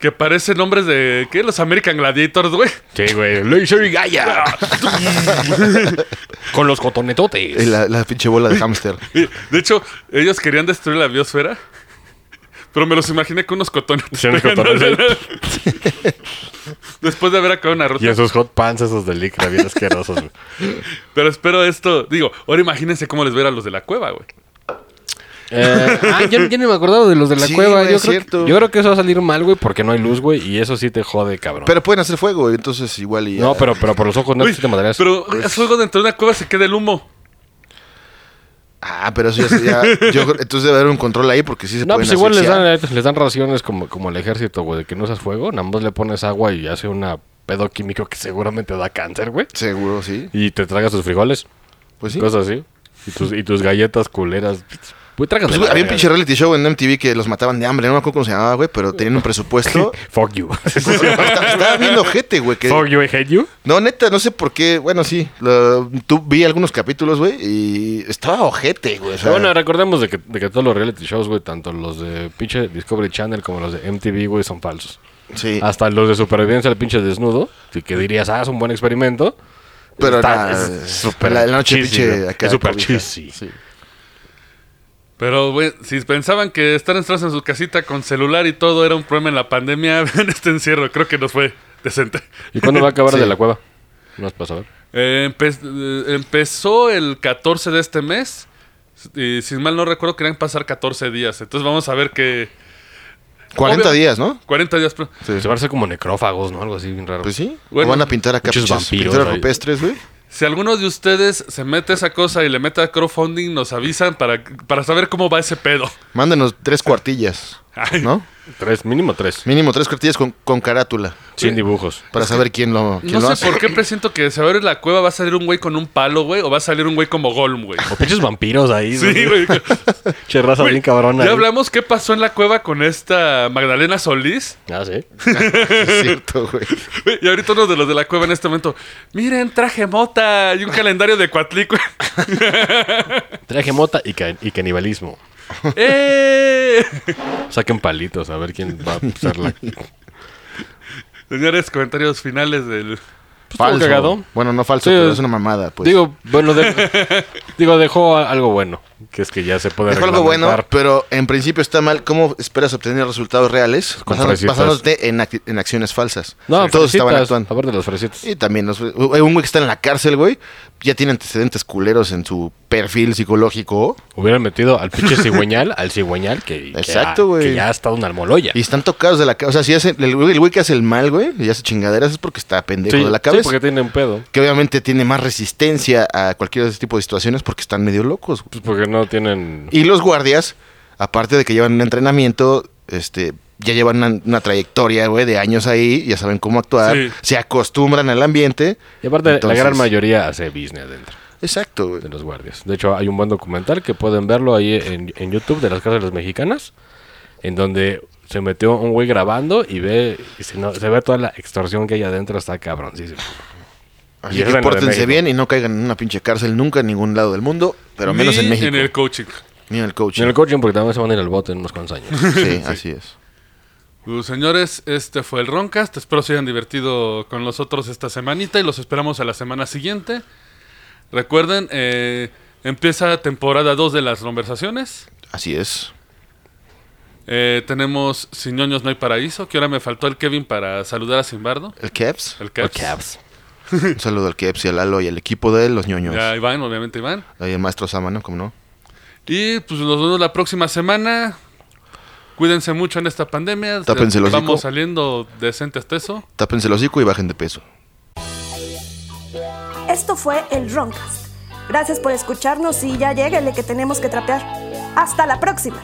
Speaker 2: que parecen nombres de. ¿Qué? Los American Gladiators, güey.
Speaker 3: Sí, güey. Laser y Gaia. Con los cotonetotes.
Speaker 4: Y la, la pinche bola de hámster.
Speaker 2: Y, De hecho, ellos querían destruir la biosfera, pero me los imaginé con unos cotones.
Speaker 3: Sí, unos cotones,
Speaker 2: Después de haber acabado una ruta.
Speaker 3: Y esos hot pants, esos de licra, bien asquerosos. güey.
Speaker 2: Pero espero esto. Digo, ahora imagínense cómo les ver a los de la cueva, güey.
Speaker 3: Eh, ah, yo, yo ni me acordaba de los de la
Speaker 4: Sí,
Speaker 3: cueva.
Speaker 4: güey,
Speaker 3: yo,
Speaker 4: es
Speaker 3: creo
Speaker 4: cierto.
Speaker 3: Que, yo creo que eso va a salir mal, güey, porque no hay luz, güey. Y eso sí te jode, cabrón.
Speaker 4: Pero pueden hacer fuego, entonces igual y.
Speaker 3: no, pero, pero por los ojos no
Speaker 2: Uy,
Speaker 3: sí te pues. matarías.
Speaker 2: pero es fuego dentro de una cueva, se queda el humo.
Speaker 4: Ah, pero eso ya sería. yo creo- entonces debe haber un control ahí porque sí se
Speaker 3: No,
Speaker 4: pueden
Speaker 3: pues igual les
Speaker 4: asfixiar.
Speaker 3: dan, les dan raciones como, como el ejército, güey, de que no usas fuego. Nada más le pones agua y hace una pedo químico que seguramente da cáncer, güey.
Speaker 4: Seguro, sí.
Speaker 3: Y te tragas tus frijoles,
Speaker 4: Pues sí.
Speaker 3: cosas así. Y tus, y tus galletas culeras. Güey, trágate
Speaker 4: Pues,
Speaker 3: la
Speaker 4: güey, había un
Speaker 3: verga,
Speaker 4: pinche reality show en MTV que los mataban de hambre, no me acuerdo cómo se llamaba, güey, pero tenían un presupuesto.
Speaker 3: güey. Fuck you.
Speaker 4: Estaba estaba bien ojete, güey. que-
Speaker 3: Fuck you, I hate you.
Speaker 4: No, neta, no sé por qué. Bueno, sí, lo- tú vi algunos capítulos, güey, y estaba ojete, güey. o sea,
Speaker 3: Pero bueno, recordemos de que, de que todos los reality shows, güey, tanto los de pinche Discovery Channel como los de MTV, güey, son falsos.
Speaker 4: Sí.
Speaker 3: Hasta los de supervivencia al pinche desnudo. Así que dirías, ah, es un buen experimento.
Speaker 4: Pero
Speaker 3: Está-
Speaker 4: nada,
Speaker 3: es súper
Speaker 4: la, la noche
Speaker 3: cheesy,
Speaker 4: pinche
Speaker 3: güey.
Speaker 4: acá
Speaker 3: Es súper
Speaker 4: cobija.
Speaker 3: cheesy.
Speaker 4: Sí.
Speaker 2: Pero, güey, si pensaban que estar encerrados en su casita con celular y todo era un problema en la pandemia, en este encierro, creo que nos fue decente.
Speaker 3: ¿Y cuándo va a acabar
Speaker 4: Sí.
Speaker 3: de la cueva? No has pasado.
Speaker 2: Eh, empe- eh, empezó el 14 de este mes. Y si mal no recuerdo, querían pasar 14 días. Entonces vamos a ver que...
Speaker 4: 40
Speaker 2: Obvio.
Speaker 4: días, ¿no?
Speaker 2: 40 días. pero-
Speaker 4: Sí.
Speaker 3: Se van a hacer como necrófagos, ¿no? Algo así bien raro.
Speaker 4: Pues sí.
Speaker 2: Bueno,
Speaker 4: ¿O van a pintar acá
Speaker 3: muchos
Speaker 4: pinches
Speaker 3: vampiros
Speaker 4: pinturas
Speaker 3: ahí.
Speaker 4: rupestres, güey.
Speaker 2: Si alguno de ustedes se mete a esa cosa y le mete a crowdfunding, nos avisan para, para saber cómo va ese pedo.
Speaker 4: Mándenos tres cuartillas,
Speaker 2: Ay.
Speaker 4: ¿no?
Speaker 3: Tres, mínimo tres.
Speaker 4: Mínimo tres cuartillas con, con carátula.
Speaker 3: 100 dibujos.
Speaker 4: Para saber quién lo, quién
Speaker 2: No
Speaker 4: lo
Speaker 2: sé
Speaker 4: hace.
Speaker 2: por qué presiento que si abres la cueva va a salir un güey con un palo, güey, o va a salir un güey como Golm, güey.
Speaker 3: O pinches vampiros ahí.
Speaker 2: Sí, güey.
Speaker 3: Che, raza
Speaker 2: Güey,
Speaker 3: bien cabrona.
Speaker 2: Ya
Speaker 3: ahí.
Speaker 2: hablamos qué pasó en la cueva con esta Magdalena Solís.
Speaker 3: Ah, sí.
Speaker 4: Es cierto, güey.
Speaker 3: Pues
Speaker 2: Güey, Y ahorita uno de los de la cueva en este momento. Miren, traje mota y un calendario de Coatlicue.
Speaker 3: Traje mota y, ca- y canibalismo.
Speaker 2: ¡Eh!
Speaker 3: Saquen palitos a ver quién va a usar la...
Speaker 2: Señores, comentarios finales del.
Speaker 3: estuvo cagado.
Speaker 4: Bueno, no falso,
Speaker 3: Sí,
Speaker 4: pero
Speaker 3: es-
Speaker 4: es una mamada, pues.
Speaker 3: Digo, bueno, de- digo, dejó a- algo bueno. Que es que ya se puede
Speaker 4: Dejó algo bueno,
Speaker 3: reglamentar.
Speaker 4: pero en principio está mal. ¿Cómo esperas obtener resultados reales?
Speaker 3: Con
Speaker 4: Basando-
Speaker 3: fresitas.
Speaker 4: Basándote en, ac- en acciones falsas.
Speaker 3: No, pues
Speaker 4: Todos estaban
Speaker 3: fresitas.
Speaker 4: actuando.
Speaker 3: A ver de las fresitas.
Speaker 4: Y también los- hay un güey que está en la cárcel, güey. Ya tiene antecedentes culeros en su perfil psicológico.
Speaker 3: Hubieran metido al pinche cigüeñal, al cigüeñal que, que
Speaker 4: Exacto,
Speaker 3: ha-
Speaker 4: güey.
Speaker 3: que ya ha estado una almoloya.
Speaker 4: Y están tocados de la cabeza. O sea, si hace, el, güey- el güey que hace el mal, güey, y hace chingaderas, es porque está pendejo de la cabeza.
Speaker 3: porque tiene un pedo.
Speaker 4: Que obviamente tiene más resistencia a cualquier de ese tipo de situaciones porque están medio locos. güey.
Speaker 3: Pues porque no tienen...
Speaker 4: Y los guardias, aparte de que llevan un entrenamiento, este, ya llevan una, una trayectoria, güey, de años ahí, ya saben cómo actuar,
Speaker 2: Sí.
Speaker 4: se acostumbran al ambiente.
Speaker 3: Y aparte,
Speaker 4: Entonces-
Speaker 3: la gran mayoría hace business dentro
Speaker 4: Exacto, güey.
Speaker 3: de los guardias. De hecho, hay un buen documental que pueden verlo ahí en, en YouTube de las cárceles mexicanas, en donde se metió un güey grabando y ve y se, no- se ve toda la extorsión que hay adentro, está cabroncísimo.
Speaker 4: Así
Speaker 3: Y es la
Speaker 4: que
Speaker 3: de
Speaker 4: pórtense
Speaker 3: México.
Speaker 4: bien y no caigan en una pinche cárcel nunca en ningún lado del mundo, pero menos
Speaker 2: Ni
Speaker 4: en México.
Speaker 2: En el coaching.
Speaker 4: Ni en el
Speaker 3: Y
Speaker 4: coaching.
Speaker 3: En el coaching, porque también se van a ir al bote en unos cuantos años.
Speaker 4: Sí, así es.
Speaker 2: Uh, señores, este fue el Roncast. Espero se hayan divertido con nosotros esta semanita y los esperamos a la semana siguiente. Recuerden, eh, empieza temporada 2 de las conversaciones.
Speaker 4: Así es.
Speaker 2: Eh, tenemos Sin ñoños no hay paraíso, que ahora me faltó el Kevin para saludar a Simbardo.
Speaker 4: El Kevs.
Speaker 2: El
Speaker 3: O
Speaker 2: Kevs.
Speaker 3: Cavs.
Speaker 4: Un saludo al Kevs y al Lalo y al equipo de los ñoños.
Speaker 2: Ya, Iván, obviamente Iván.
Speaker 4: Ahí el maestro Sama, ¿no? ¿Cómo no?
Speaker 2: Y pues nos vemos la próxima semana. Cuídense mucho en esta pandemia.
Speaker 4: Tápense el hocico.
Speaker 2: Vamos saliendo decente hasta eso.
Speaker 4: Tápense el hocico y bajen de peso.
Speaker 1: Esto fue el Roncast. Gracias por escucharnos y ya lléguele que tenemos que trapear. ¡Hasta la próxima!